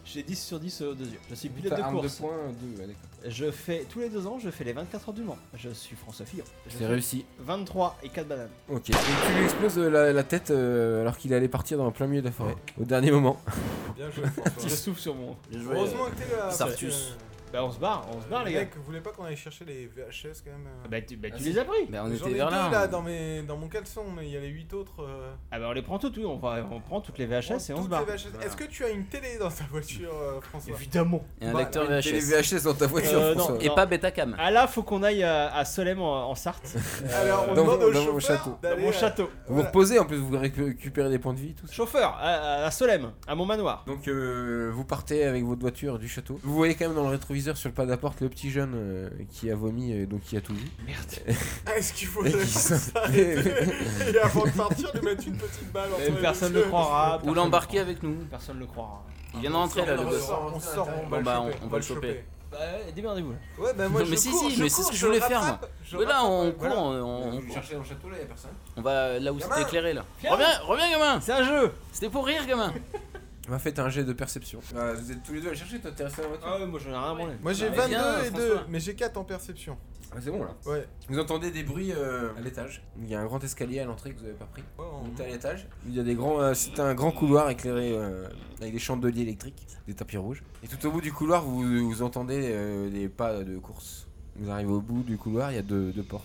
Speaker 4: J'ai 10 sur 10 aux deux yeux. Je suis pilote
Speaker 1: T'as
Speaker 4: de
Speaker 1: arme
Speaker 4: course.
Speaker 1: de poing, euh, deux, ouais, d'accord.
Speaker 4: Je fais tous les deux ans, je fais les 24 heures du Mans. Je suis François Fillon. Je
Speaker 1: C'est
Speaker 4: fais
Speaker 1: réussi.
Speaker 4: 23 et 4 bananes.
Speaker 1: Ok. Et tu lui exploses euh, la, la tête euh, alors qu'il allait partir dans le plein milieu de la forêt. Au dernier moment.
Speaker 3: Bien joué, François.
Speaker 4: Je souffle sur mon.
Speaker 5: Bien joué,
Speaker 3: Heureusement que t'es là.
Speaker 5: Sartus.
Speaker 3: parce que,
Speaker 4: Bah on se barre, on se barre
Speaker 3: euh,
Speaker 4: les
Speaker 3: les
Speaker 4: gars.
Speaker 3: mecs, vous voulez pas qu'on aille chercher les VHS quand même euh
Speaker 2: Ah Bah tu, bah, tu
Speaker 5: Ah,
Speaker 2: les as pris.
Speaker 5: Bah, on
Speaker 3: J'en
Speaker 5: était
Speaker 3: ai
Speaker 5: vers
Speaker 3: deux,
Speaker 5: là.
Speaker 3: là
Speaker 5: hein.
Speaker 3: dans, mes, dans mon caleçon, mais il y a les 8 autres. euh,
Speaker 4: Ah bah on les prend toutes, oui, on, va- on prend toutes les VHS et on
Speaker 3: toutes
Speaker 4: se barre.
Speaker 3: les VHS.
Speaker 5: Voilà.
Speaker 3: Est-ce que tu as une télé dans ta voiture, euh, François
Speaker 4: Évidemment.
Speaker 5: Et un
Speaker 3: Bah,
Speaker 5: lecteur
Speaker 1: T'as les
Speaker 5: VHS.
Speaker 1: VHS dans ta voiture,
Speaker 4: Euh, non.
Speaker 1: François.
Speaker 5: Et pas Betacam.
Speaker 4: Ah là, faut qu'on aille à, à Solem en, en Sarthe,
Speaker 3: Alors, on
Speaker 1: dans
Speaker 3: demande
Speaker 1: mon-
Speaker 3: au
Speaker 1: dans mon
Speaker 3: chauffeur
Speaker 1: château.
Speaker 4: euh, dans
Speaker 3: d'aller euh,
Speaker 4: mon
Speaker 3: à-
Speaker 4: château.
Speaker 1: Vous vous
Speaker 3: Voilà.
Speaker 1: reposez en plus, vous récu- récupérez des points de vie, tout ça.
Speaker 4: Chauffeur, à, à- à Solem, à mon manoir.
Speaker 1: Donc euh, vous partez avec votre voiture du château. Vous voyez quand même dans le rétroviseur sur le pas de la porte le petit jeune euh, qui a vomi, euh, donc qui a tout vu.
Speaker 3: Ah, Est-ce qu'il faut
Speaker 1: Et qui
Speaker 3: s'arrêter Et avant de partir, lui mettre une petite balle entre
Speaker 4: Et
Speaker 3: les
Speaker 4: personne
Speaker 3: deux
Speaker 4: ne croira.
Speaker 5: Ou
Speaker 4: personne
Speaker 5: l'embarquer
Speaker 4: ne
Speaker 5: avec nous.
Speaker 4: croira. Personne ne le croira.
Speaker 5: Il
Speaker 3: Ah,
Speaker 5: vient de rentrer là, le
Speaker 3: On
Speaker 5: gosse.
Speaker 3: sort, on sort, on va
Speaker 5: Bon, bah,
Speaker 3: le choper,
Speaker 5: on- on va le choper.
Speaker 4: Bah euh, démerdez-vous. là.
Speaker 3: Ouais, bah moi
Speaker 5: Non, mais
Speaker 3: je
Speaker 5: si,
Speaker 3: cours,
Speaker 5: si, mais c'est ce
Speaker 3: cours,
Speaker 5: que je
Speaker 3: je
Speaker 5: voulais
Speaker 3: le
Speaker 5: faire,
Speaker 3: rattrape, je
Speaker 5: Mais là,
Speaker 3: rattrape,
Speaker 5: on
Speaker 3: voilà.
Speaker 5: court, on, on-
Speaker 1: cherchez dans le château là, y'a personne
Speaker 5: on va euh, là où
Speaker 3: Gamin
Speaker 5: c'était éclairé là.
Speaker 4: Viens.
Speaker 5: Reviens, reviens, gamin
Speaker 4: C'est un jeu
Speaker 5: C'était pour rire, gamin
Speaker 1: Bah faites un jet de perception. Bah, vous êtes tous les deux à le chercher, t'es intéressé à la voiture.
Speaker 4: Ah ouais, moi j'en ai rien à branler.
Speaker 3: Moi j'ai
Speaker 5: Bah, viens,
Speaker 3: 22 et 2,
Speaker 5: François.
Speaker 3: mais j'ai 4 en perception.
Speaker 1: Ah, c'est bon là.
Speaker 3: Ouais.
Speaker 1: Vous entendez des bruits euh, à l'étage. Il y a un grand escalier à l'entrée que vous avez pas pris.
Speaker 3: Ouais, on-
Speaker 1: On monte à l'étage. Il y a des grands. euh, c'est un grand couloir éclairé euh, avec des chandeliers électriques, des tapis rouges. Et tout au bout du couloir, vous, vous entendez euh, des pas de course. Vous arrivez au bout du couloir, il y a deux, deux portes.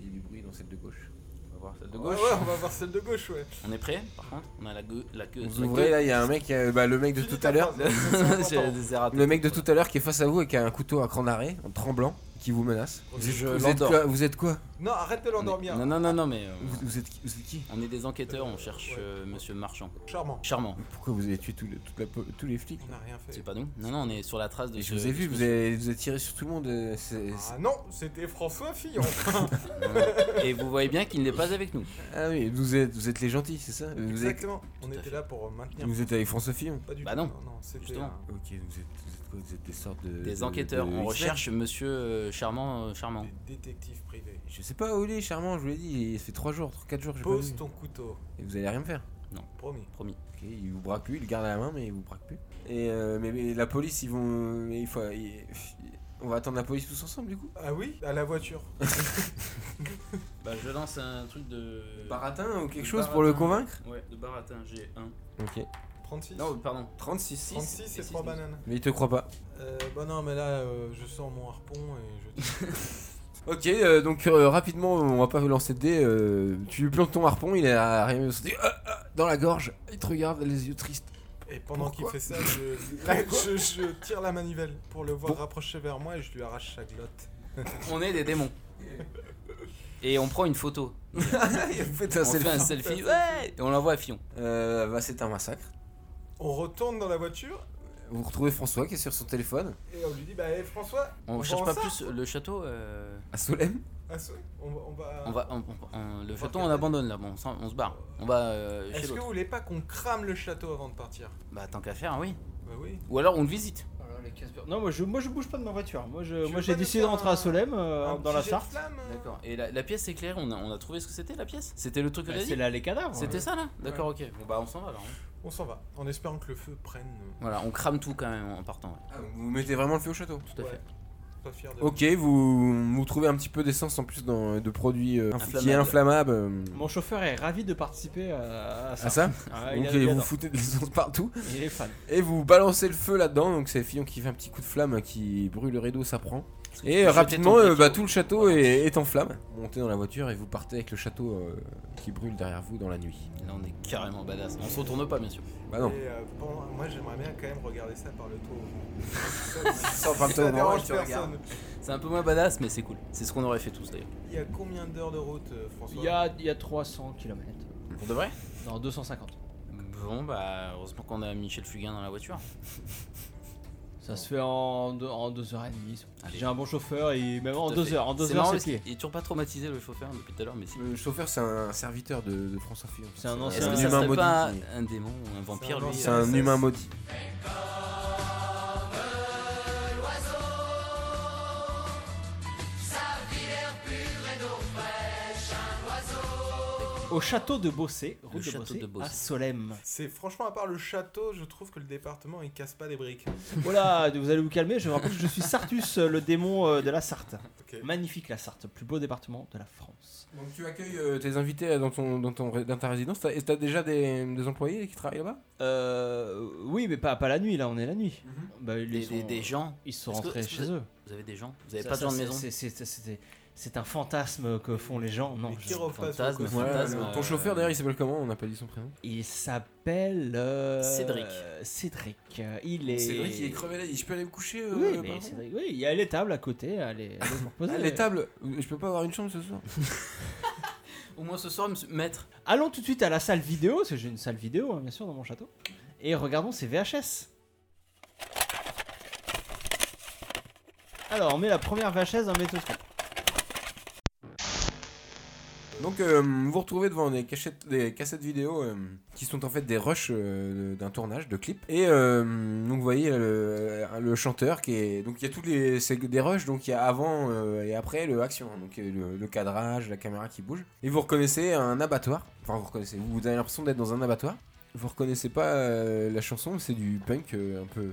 Speaker 1: Il y a du bruit dans celle de gauche.
Speaker 5: On va voir celle de
Speaker 3: Ouais,
Speaker 5: gauche.
Speaker 3: ouais, on va voir celle de gauche, ouais.
Speaker 5: On est prêt Par contre, on a la, gueu- la queue.
Speaker 1: Vous
Speaker 5: la
Speaker 1: ouvrez
Speaker 5: queue.
Speaker 1: là, il y a un mec, euh, bah, le mec de
Speaker 3: Tu dis
Speaker 1: tout
Speaker 3: ta
Speaker 1: à l'heure.
Speaker 3: phrase, hein, c'est important.
Speaker 5: J'ai- j'ai raté.
Speaker 1: Le mec de tout à l'heure qui est face à vous et qui a un couteau à cran d'arrêt, en tremblant, qui vous menace. Vous êtes,
Speaker 5: Je
Speaker 1: vous êtes
Speaker 5: l'endors.
Speaker 1: quoi, vous êtes quoi
Speaker 3: Non, arrête de
Speaker 5: On est-
Speaker 3: l'endormir.
Speaker 5: Non, non, non, non, mais euh,
Speaker 1: vous, vous êtes, qui- vous êtes qui
Speaker 5: on est des enquêteurs, on cherche euh, monsieur Marchand.
Speaker 3: Charmant.
Speaker 5: Charmant,
Speaker 1: Pourquoi vous avez tué tout le- toute la po- tous les flics
Speaker 3: On a rien fait.
Speaker 5: c'est pas nous Non, non, on est sur la trace de.
Speaker 1: Je
Speaker 5: ce-
Speaker 1: vous ai vu,
Speaker 5: de ce-
Speaker 1: vous avez, vous avez tiré sur tout le monde. euh, c'est- c'est-
Speaker 3: Ah non, c'était François Fillon.
Speaker 5: Et vous voyez bien qu'il n'est pas avec nous.
Speaker 1: Ah oui, vous êtes, vous êtes les gentils, c'est ça vous êtes,
Speaker 3: Exactement. On
Speaker 5: à
Speaker 3: était
Speaker 5: fait.
Speaker 3: là pour euh, maintenir.
Speaker 1: vous êtes avec François Fillon
Speaker 3: Pas du
Speaker 5: Mmh. Bah
Speaker 3: tout.
Speaker 5: non.
Speaker 3: non c'était.
Speaker 5: Justement.
Speaker 1: Ok, vous êtes, vous êtes quoi Vous êtes des sortes de.
Speaker 5: Des
Speaker 1: Euh, de-
Speaker 5: enquêteurs,
Speaker 1: de-
Speaker 5: on
Speaker 1: de-
Speaker 5: recherche monsieur euh, Charmant. euh,
Speaker 3: un-
Speaker 5: Charmant.
Speaker 3: Des détectives privés.
Speaker 1: Je sais pas où il est, charmant, je vous l'ai dit, il fait 3 jours, 4 jours que je
Speaker 3: Pose
Speaker 1: vu.
Speaker 3: ton couteau,
Speaker 1: Et vous allez rien me faire.
Speaker 3: promis.
Speaker 1: Ok, il vous braque plus, il le garde à la main, mais il vous braque plus. Et euh, mais, mais la police, ils vont. mais il faut. il- on va attendre la police tous ensemble du coup
Speaker 3: Ah oui, à la voiture.
Speaker 5: Bah, je lance un truc de.
Speaker 1: Euh, Baratin ou quelque chose pour le convaincre
Speaker 5: Ouais, de baratin, j'ai un.
Speaker 1: Ok.
Speaker 3: 36.
Speaker 5: Non, pardon.
Speaker 1: 36.
Speaker 3: 36 et 3 bananes.
Speaker 1: Mais il te croit pas.
Speaker 3: Euh, bah non, mais là, euh, je sors mon harpon et je.
Speaker 1: Ok, euh, donc euh, rapidement, on va pas lancer de dés. euh, tu lui plantes ton harpon, il est arrivé euh, dans la gorge. Il te regarde, les yeux tristes.
Speaker 3: Et pendant qu'il
Speaker 1: Pourquoi
Speaker 3: fait ça, je... je, je tire la manivelle pour le voir rapprocher vers moi et je lui arrache sa glotte.
Speaker 5: On est des démons. Et on prend une photo.
Speaker 1: il fait
Speaker 5: on fait un selfie. Ouais Et on l'envoie à Fillon.
Speaker 1: Euh, bah, c'est un massacre.
Speaker 3: On retourne dans la voiture
Speaker 1: Vous retrouvez François qui est sur son téléphone,
Speaker 3: et on lui dit Bah, hé, François,
Speaker 5: On,
Speaker 3: On
Speaker 5: cherche
Speaker 3: vend
Speaker 5: pas
Speaker 3: ça
Speaker 5: plus le château. euh,
Speaker 1: à Solem.
Speaker 3: assaut, on, va- on va.
Speaker 5: On va, on- on- on- le château, on
Speaker 3: regarder.
Speaker 5: abandonne là. Bon, on, s'en- on se barre. On va euh, chez
Speaker 3: Est-ce que
Speaker 5: l'autre.
Speaker 3: vous voulez pas qu'on crame le château avant de partir
Speaker 5: Bah, tant qu'à faire, oui.
Speaker 3: Bah oui.
Speaker 5: Ou alors on le visite.
Speaker 4: Oh là, les casse-beurres. Non, moi je, moi je bouge pas de ma voiture. Moi je-
Speaker 3: Tu
Speaker 4: moi,
Speaker 3: veux
Speaker 4: j'ai
Speaker 3: pas nous
Speaker 4: décidé de
Speaker 3: faire
Speaker 4: rentrer à
Speaker 3: un-
Speaker 4: Solem euh,
Speaker 3: Un
Speaker 4: dans
Speaker 3: petit
Speaker 4: la
Speaker 3: jet de
Speaker 4: Sarthe.
Speaker 3: flamme, euh
Speaker 5: D'accord. Et la, la pièce éclairée, on a, on a trouvé ce que c'était la pièce C'était le truc que
Speaker 4: Bah,
Speaker 5: t'as
Speaker 4: c'est
Speaker 5: dit
Speaker 4: là les cadavres.
Speaker 5: C'était
Speaker 4: euh.
Speaker 5: ça là D'accord, ok. Bon, bah, on s'en va alors. hein.
Speaker 3: On s'en va, en espérant que le feu prenne. euh,
Speaker 5: Voilà, on crame tout quand même en partant. ouais.
Speaker 1: Ah, vous mettez vraiment le feu au château.
Speaker 5: Tout à
Speaker 3: Ouais.
Speaker 5: fait.
Speaker 3: Pas fier de
Speaker 1: Ok, vous, vous trouvez un petit peu d'essence en plus dans, de produits euh, inf- qui est inflammable.
Speaker 5: Inflammable.
Speaker 1: euh,
Speaker 4: Mon chauffeur est ravi de participer à, à
Speaker 1: à
Speaker 4: ça.
Speaker 1: ça
Speaker 4: Ah,
Speaker 1: Donc
Speaker 4: il, a-
Speaker 1: euh,
Speaker 4: il
Speaker 1: vous
Speaker 4: adore.
Speaker 1: foutez de l'essence partout
Speaker 4: Il est fan.
Speaker 1: et vous balancez le feu là-dedans. Donc c'est Fillon qui fait un petit coup de flamme qui hein, brûle le rideau, ça prend. Et
Speaker 5: jeter
Speaker 1: euh, rapidement,
Speaker 5: ton
Speaker 1: euh,
Speaker 5: briquet
Speaker 1: bah,
Speaker 5: au-
Speaker 1: tout le château est, est en flammes. Vous Montez dans la voiture et vous partez avec le château euh, qui brûle derrière vous dans la nuit.
Speaker 5: Là, on est carrément badass. On se retourne pas, bien sûr.
Speaker 1: Bah non.
Speaker 3: Et, euh, bon, moi j'aimerais bien quand même regarder ça par le tour.
Speaker 1: Sans
Speaker 3: Ça dérange personne.
Speaker 5: C'est un peu moins badass, mais c'est cool. C'est ce qu'on aurait fait tous d'ailleurs.
Speaker 3: Il y a combien d'heures de route, euh, François
Speaker 4: Il y a, il y a 300 km.
Speaker 5: Pour de vrai
Speaker 4: Non, 250.
Speaker 5: Bon, bah, heureusement qu'on a Michel Fugain dans la voiture.
Speaker 4: Ça se fait en 2 heures et demie.
Speaker 5: Allez.
Speaker 4: J'ai un bon chauffeur et même en
Speaker 5: Tout à
Speaker 4: 2
Speaker 5: fait.
Speaker 4: heures. En 2
Speaker 5: C'est
Speaker 4: heures,
Speaker 5: marrant
Speaker 4: c'est
Speaker 5: parce
Speaker 4: plié.
Speaker 5: qu'il est toujours pas traumatisé le chauffeur depuis tout à l'heure, mais si.
Speaker 1: Euh, Le chauffeur, c'est un serviteur de, de François Fillon.
Speaker 4: C'est un ancien-
Speaker 5: Est-ce que
Speaker 4: un
Speaker 5: ça
Speaker 1: humain
Speaker 5: serait
Speaker 1: maudit.
Speaker 5: pas
Speaker 1: qui-
Speaker 5: un démon ou un vampire
Speaker 3: C'est un
Speaker 5: lui
Speaker 1: C'est un humain maudit.
Speaker 4: Au château de Bossé,
Speaker 5: Le
Speaker 4: route de
Speaker 5: château
Speaker 4: Bossé,
Speaker 5: de Bossé.
Speaker 4: à Solem.
Speaker 3: C'est franchement à part le château, je trouve que le département il casse pas des briques.
Speaker 4: voilà, Oh vous allez vous calmer. Je vous rappelle que je suis Sartus, le démon euh, de la Sarthe.
Speaker 3: Ok.
Speaker 4: Magnifique la Sarthe, plus beau département de la France.
Speaker 1: Donc tu accueilles euh, tes invités euh, dans, ton, dans, ton, ré- dans ta résidence. T'as- Et t'as déjà des, des employés qui travaillent là-bas
Speaker 4: Euh, oui, mais pas, pas la nuit, là, on est la nuit. Bah, ils
Speaker 5: Mhm. Des,
Speaker 4: sont-
Speaker 5: des- des gens
Speaker 4: Ils sont
Speaker 5: Est-ce que-
Speaker 4: rentrés
Speaker 5: est-ce que
Speaker 4: chez eux.
Speaker 5: Vous avez des gens Vous avez
Speaker 4: Ça,
Speaker 5: pas de
Speaker 4: ça,
Speaker 5: gens de
Speaker 4: c'est-
Speaker 5: maison
Speaker 4: c'est- c'est- c'est- c'est un fantasme que font les gens. Non,
Speaker 3: Les
Speaker 4: je-
Speaker 3: qui repassent au
Speaker 5: fantasme,
Speaker 3: cosmo.
Speaker 5: Ouais, fantasme.
Speaker 1: le- Ton chauffeur d'ailleurs, il s'appelle comment On n'a pas dit son prénom.
Speaker 4: il s'appelle euh,
Speaker 5: Cédric.
Speaker 4: Cédric. Il est.
Speaker 1: Cédric, il est crevé là. il dit, Je peux aller me coucher euh,
Speaker 4: Oui,
Speaker 1: par
Speaker 4: mais
Speaker 1: contre
Speaker 4: Cédric- oui, il y a les tables à côté. Allez, allez vous reposer.
Speaker 1: Ah, les tables, je peux pas avoir une chambre ce soir.
Speaker 5: Au moins ce soir, monsieur- maître.
Speaker 4: Allons tout de suite à la salle vidéo, parce que j'ai une salle vidéo, hein, bien sûr, dans mon château. Et regardons ces VHS. Alors, on met la première VHS dans le métoscope.
Speaker 1: Donc euh, vous vous retrouvez devant des, cachettes- des cassettes vidéo euh, qui sont en fait des rushs euh, d'un tournage de clip. Et euh, donc vous voyez euh, le, le chanteur qui est... Donc il y a tous les... C'est des rushs, donc il y a avant euh, et après le action. hein. donc euh, le, le cadrage, la caméra qui bouge. Et vous reconnaissez un abattoir. Enfin vous reconnaissez, vous avez l'impression d'être dans un abattoir. Vous reconnaissez pas euh, la chanson, c'est du punk euh, un peu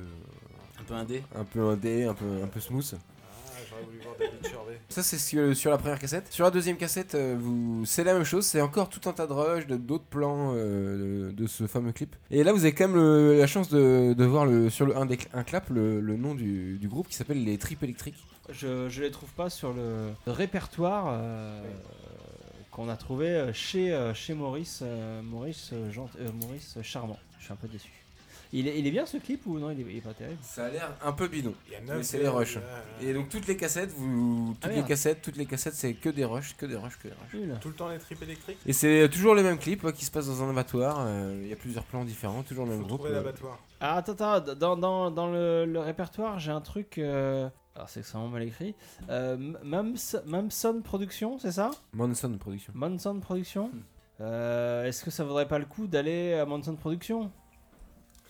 Speaker 5: Un peu indé.
Speaker 1: un peu indé, un peu un peu smooth.
Speaker 3: Ah, j'aurais voulu voir David Chervé.
Speaker 1: Ça, c'est ce que- sur la première cassette. Sur la deuxième cassette, euh, vous... c'est la même chose. C'est encore tout un tas de rushs, de- d'autres plans euh, de, de ce fameux clip. Et là, vous avez quand même le- la chance de, de voir le, sur le, un, des, cl- un clap le, le nom du, du groupe qui s'appelle les Tripes Électriques.
Speaker 4: Je, je les trouve pas sur le répertoire euh, qu'on a trouvé chez, euh, chez Maurice, euh, Maurice, euh, Gent- euh, Maurice Charmant. Je suis un peu déçu. Il est, il est bien ce clip ou non il est, il est pas terrible
Speaker 1: Ça a l'air un peu bidon.
Speaker 3: Il y a
Speaker 1: Mais
Speaker 3: neuf
Speaker 1: c'est les
Speaker 3: heures,
Speaker 1: rushs.
Speaker 3: là, là.
Speaker 1: Et donc toutes les cassettes, vous, toutes
Speaker 4: Ah,
Speaker 1: les
Speaker 4: merde.
Speaker 1: cassettes, toutes les cassettes, c'est que des rushs, que des rushs, que des rushs.
Speaker 4: Nul.
Speaker 3: Tout le temps les tripes électriques
Speaker 1: Et c'est toujours les mêmes clips ouais, qui se passent dans un abattoir. euh, Il y a plusieurs plans différents, toujours le même
Speaker 3: Faut
Speaker 1: groupe.
Speaker 3: trouver
Speaker 1: euh.
Speaker 3: l'abattoir.
Speaker 4: Ah, attends, attends, dans, dans, dans le, le répertoire, j'ai un truc. euh, Alors, c'est extrêmement mal écrit. Euh, M- Mams- Mamson Productions, c'est ça
Speaker 1: Manson Production.
Speaker 4: Manson Productions
Speaker 3: Hmm.
Speaker 4: Euh, Est-ce que ça vaudrait pas le coup d'aller à Manson Productions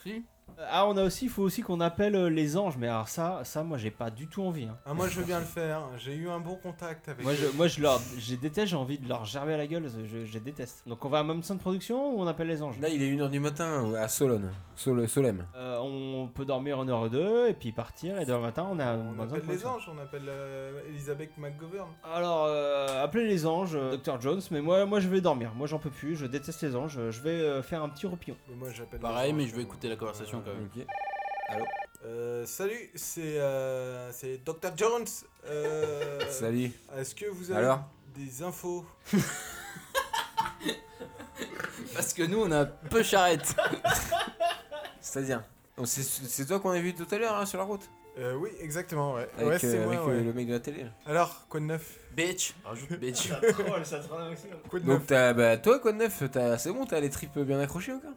Speaker 1: Si.
Speaker 4: Ah, on a aussi, il faut aussi qu'on appelle euh, les anges, mais alors ça, ça moi j'ai pas du tout envie. hein.
Speaker 3: Ah, moi je veux bien le faire, j'ai eu un bon contact avec
Speaker 4: Moi je,
Speaker 3: eux.
Speaker 4: moi je leur, je déteste, j'ai envie de leur gerber à la gueule, je, je déteste. Donc on va à Mamson Productions ou on appelle les anges
Speaker 1: Là, il est 1h du matin euh, à Solon. Sol- Solem.
Speaker 4: Euh, On peut dormir une heure ou deux et puis partir, et demain matin on a
Speaker 3: On
Speaker 4: Manson
Speaker 3: appelle les
Speaker 4: Productions.
Speaker 3: anges, on appelle euh, Elizabeth McGovern.
Speaker 4: Alors, euh, appelez les anges, euh, Dr. Jones, mais moi, moi je vais dormir, moi j'en peux plus, je déteste les anges, euh, je vais euh, faire un petit roupillon.
Speaker 3: Mais moi j'appelle les
Speaker 5: Pareil,
Speaker 3: anges,
Speaker 5: mais je veux
Speaker 3: euh,
Speaker 5: écouter la conversation quand même.
Speaker 1: Ok.
Speaker 3: Euh, salut, c'est euh, c'est Dr Jones. Euh,
Speaker 1: Salut.
Speaker 3: Est-ce que vous avez
Speaker 1: Alors
Speaker 3: des infos
Speaker 5: Parce que nous, on a peu charrette.
Speaker 1: C'est-à-dire Oh, c'est- C'est toi qu'on a vu tout à l'heure hein, sur la route
Speaker 3: Euh, Oui, exactement, ouais.
Speaker 1: Avec,
Speaker 3: ouais, c'est
Speaker 1: euh,
Speaker 3: moi,
Speaker 1: avec,
Speaker 3: ouais.
Speaker 1: euh, le mec de la télé. là.
Speaker 3: Alors, quoi de neuf
Speaker 5: bitch. Rajoute bitch.
Speaker 3: Quoi de
Speaker 1: Donc
Speaker 3: neuf
Speaker 1: t'as, bah, toi quoi de neuf t'as, C'est bon, t'as les tripes bien accrochées encore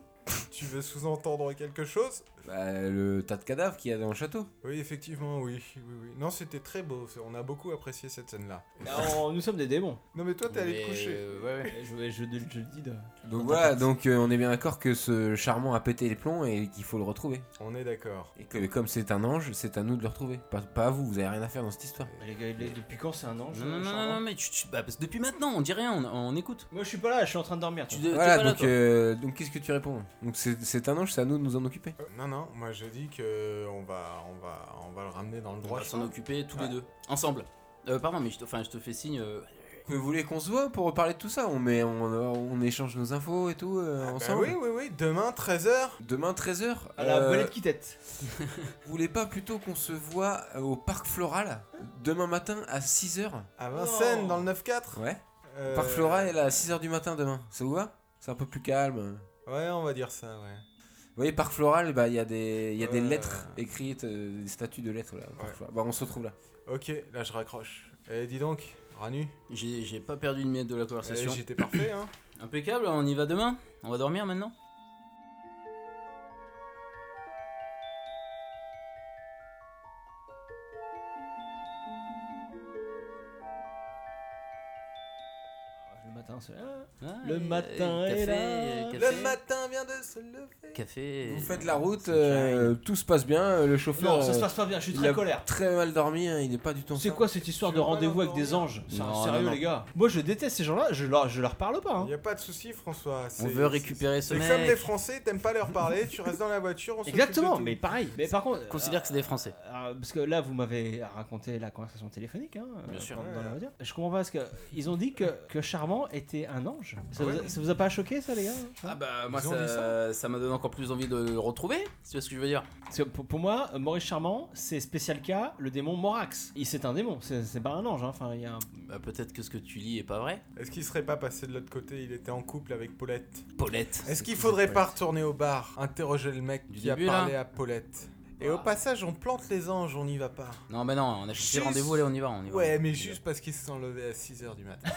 Speaker 3: Tu veux sous-entendre quelque chose
Speaker 1: Bah le tas de cadavres qu'il y a dans le château.
Speaker 3: Oui, effectivement, oui, oui, oui. Non, c'était très beau, c'est- on a beaucoup apprécié cette scène-là.
Speaker 4: Alors, nous sommes des démons.
Speaker 3: Non, mais toi, t'es allé te
Speaker 5: Mais,
Speaker 3: coucher.
Speaker 5: euh, ouais, ouais.
Speaker 4: Eh, Je, je, je le dis de...
Speaker 1: Donc voilà, donc euh, on est bien d'accord que ce charmant a pété les plombs et qu'il faut le retrouver.
Speaker 3: On est d'accord.
Speaker 1: Et que comme c'est un ange, c'est à nous de le retrouver. Pas, pas à vous, vous avez rien à faire dans cette histoire.
Speaker 4: Mais les gars, les- depuis quand c'est un ange
Speaker 5: Non,
Speaker 4: euh,
Speaker 5: non, non,
Speaker 4: Charmant
Speaker 5: non, non, mais tu- tu- bah, parce que depuis maintenant, on dit rien, on, on écoute.
Speaker 4: Moi je suis pas là, je suis en train de dormir.
Speaker 5: Tu
Speaker 4: toi.
Speaker 5: de- t'es
Speaker 1: Voilà,
Speaker 5: pas là,
Speaker 1: donc,
Speaker 5: toi.
Speaker 1: euh, donc qu'est-ce que tu réponds Donc c'est, c'est un ange, c'est à nous de nous en occuper.
Speaker 3: Euh, Non, non, moi je dis que euh, on va, on va, on va le ramener dans le
Speaker 5: On
Speaker 3: droit
Speaker 5: va s'en
Speaker 3: chemin.
Speaker 5: occuper tous les deux, ensemble. Euh, pardon, mais je te, enfin, je te fais signe. euh,
Speaker 1: Vous voulez qu'on se voit pour parler de tout ça on, met, on, on échange nos infos et tout euh,
Speaker 3: Bah
Speaker 1: ensemble
Speaker 3: oui, oui, oui, demain 13h.
Speaker 1: Demain euh, 13h
Speaker 4: À la belette qui tête.
Speaker 1: Vous voulez pas plutôt qu'on se voit euh, au parc floral demain matin à 6h
Speaker 3: À Vincennes, dans le 9-4.
Speaker 1: Ouais.
Speaker 3: Euh,
Speaker 1: Parc floral est là à 6h du matin demain. Ça vous va C'est un peu plus calme.
Speaker 3: Ouais, on va dire ça, ouais.
Speaker 1: Vous voyez, parc floral, bah, il y a des, il y a des
Speaker 3: Ouais.
Speaker 1: lettres écrites, euh, des statues de lettres là. au Parc
Speaker 3: Ouais.
Speaker 1: Floral. Bah, on se retrouve là.
Speaker 3: Ok, là je raccroche. Eh, dis donc, Ranu,
Speaker 5: J'ai j'ai pas perdu une miette de la
Speaker 3: eh,
Speaker 5: conversation.
Speaker 3: j'étais parfait, hein.
Speaker 5: Impeccable, on y va demain On va dormir maintenant
Speaker 4: Le matin, c'est.
Speaker 5: Ah,
Speaker 4: Le
Speaker 5: et-
Speaker 4: matin
Speaker 5: et
Speaker 4: est
Speaker 5: café,
Speaker 4: là.
Speaker 5: euh, Café,
Speaker 3: Le matin vient de se lever.
Speaker 5: Café.
Speaker 1: Vous faites la route, euh, tout se passe bien. euh, Le chauffeur,
Speaker 4: Non, ça se
Speaker 1: euh,
Speaker 4: passe pas bien, je suis
Speaker 1: il
Speaker 4: très
Speaker 1: a
Speaker 4: colère.
Speaker 1: très mal dormi, hein, il est pas du tout.
Speaker 4: C'est quoi cette histoire
Speaker 3: Tu
Speaker 4: de
Speaker 3: veux pas
Speaker 4: rendez-vous avec
Speaker 3: l'entendre
Speaker 4: des anges C'est
Speaker 5: Non,
Speaker 4: sérieux,
Speaker 5: non, non.
Speaker 4: les gars. Moi, je déteste ces gens-là, je leur, je leur parle pas.
Speaker 3: Il
Speaker 4: hein.
Speaker 3: n'y a pas de souci, François.
Speaker 5: On
Speaker 3: c'est-
Speaker 5: veut récupérer ce
Speaker 3: C'est comme les
Speaker 5: mec.
Speaker 3: Français, t'aimes pas leur parler, tu restes dans la voiture, on s'occupe de
Speaker 4: Exactement,
Speaker 3: tout.
Speaker 4: mais pareil. Mais par contre.
Speaker 5: Considère que c'est des Français.
Speaker 4: Alors, Ah, parce que là, vous m'avez raconté la conversation téléphonique, hein,
Speaker 5: Bien
Speaker 4: euh,
Speaker 5: sûr.
Speaker 4: dans
Speaker 3: Ouais.
Speaker 4: la voiture. Je comprends pas parce que ils ont dit que, que Charmant était un ange. Ça,
Speaker 3: Ouais.
Speaker 4: vous, a, ça vous a pas choqué, ça, les gars hein
Speaker 5: Ah bah moi
Speaker 3: Ils ont dit
Speaker 5: ça ça m'a donné encore plus envie de le retrouver, tu vois ce que je veux dire
Speaker 4: Parce que pour, pour moi, euh, Maurice Charmant, c'est spécial cas le démon Morax. Il c'est un démon, c'est c'est pas un ange. hein. Enfin, il y a un-
Speaker 5: Bah peut-être que ce que tu lis est pas vrai.
Speaker 3: Est-ce qu'il serait pas passé de l'autre côté Il était en couple avec Paulette.
Speaker 5: Paulette.
Speaker 3: Est-ce
Speaker 5: C'est
Speaker 3: qu'il
Speaker 5: qui,
Speaker 3: faudrait
Speaker 5: cette
Speaker 3: pas
Speaker 5: Paulette
Speaker 3: retourner au bar, interroger le mec
Speaker 5: Du
Speaker 3: qui a
Speaker 5: début, Ah.
Speaker 3: parlé à Paulette Et au passage, on plante les anges, on n'y va pas.
Speaker 5: Non bah non, on a fixé
Speaker 3: Juste-
Speaker 5: le rendez-vous, allez on y va, on y va.
Speaker 3: Ouais, mais juste parce qu'ils se sont levés à 6h du matin.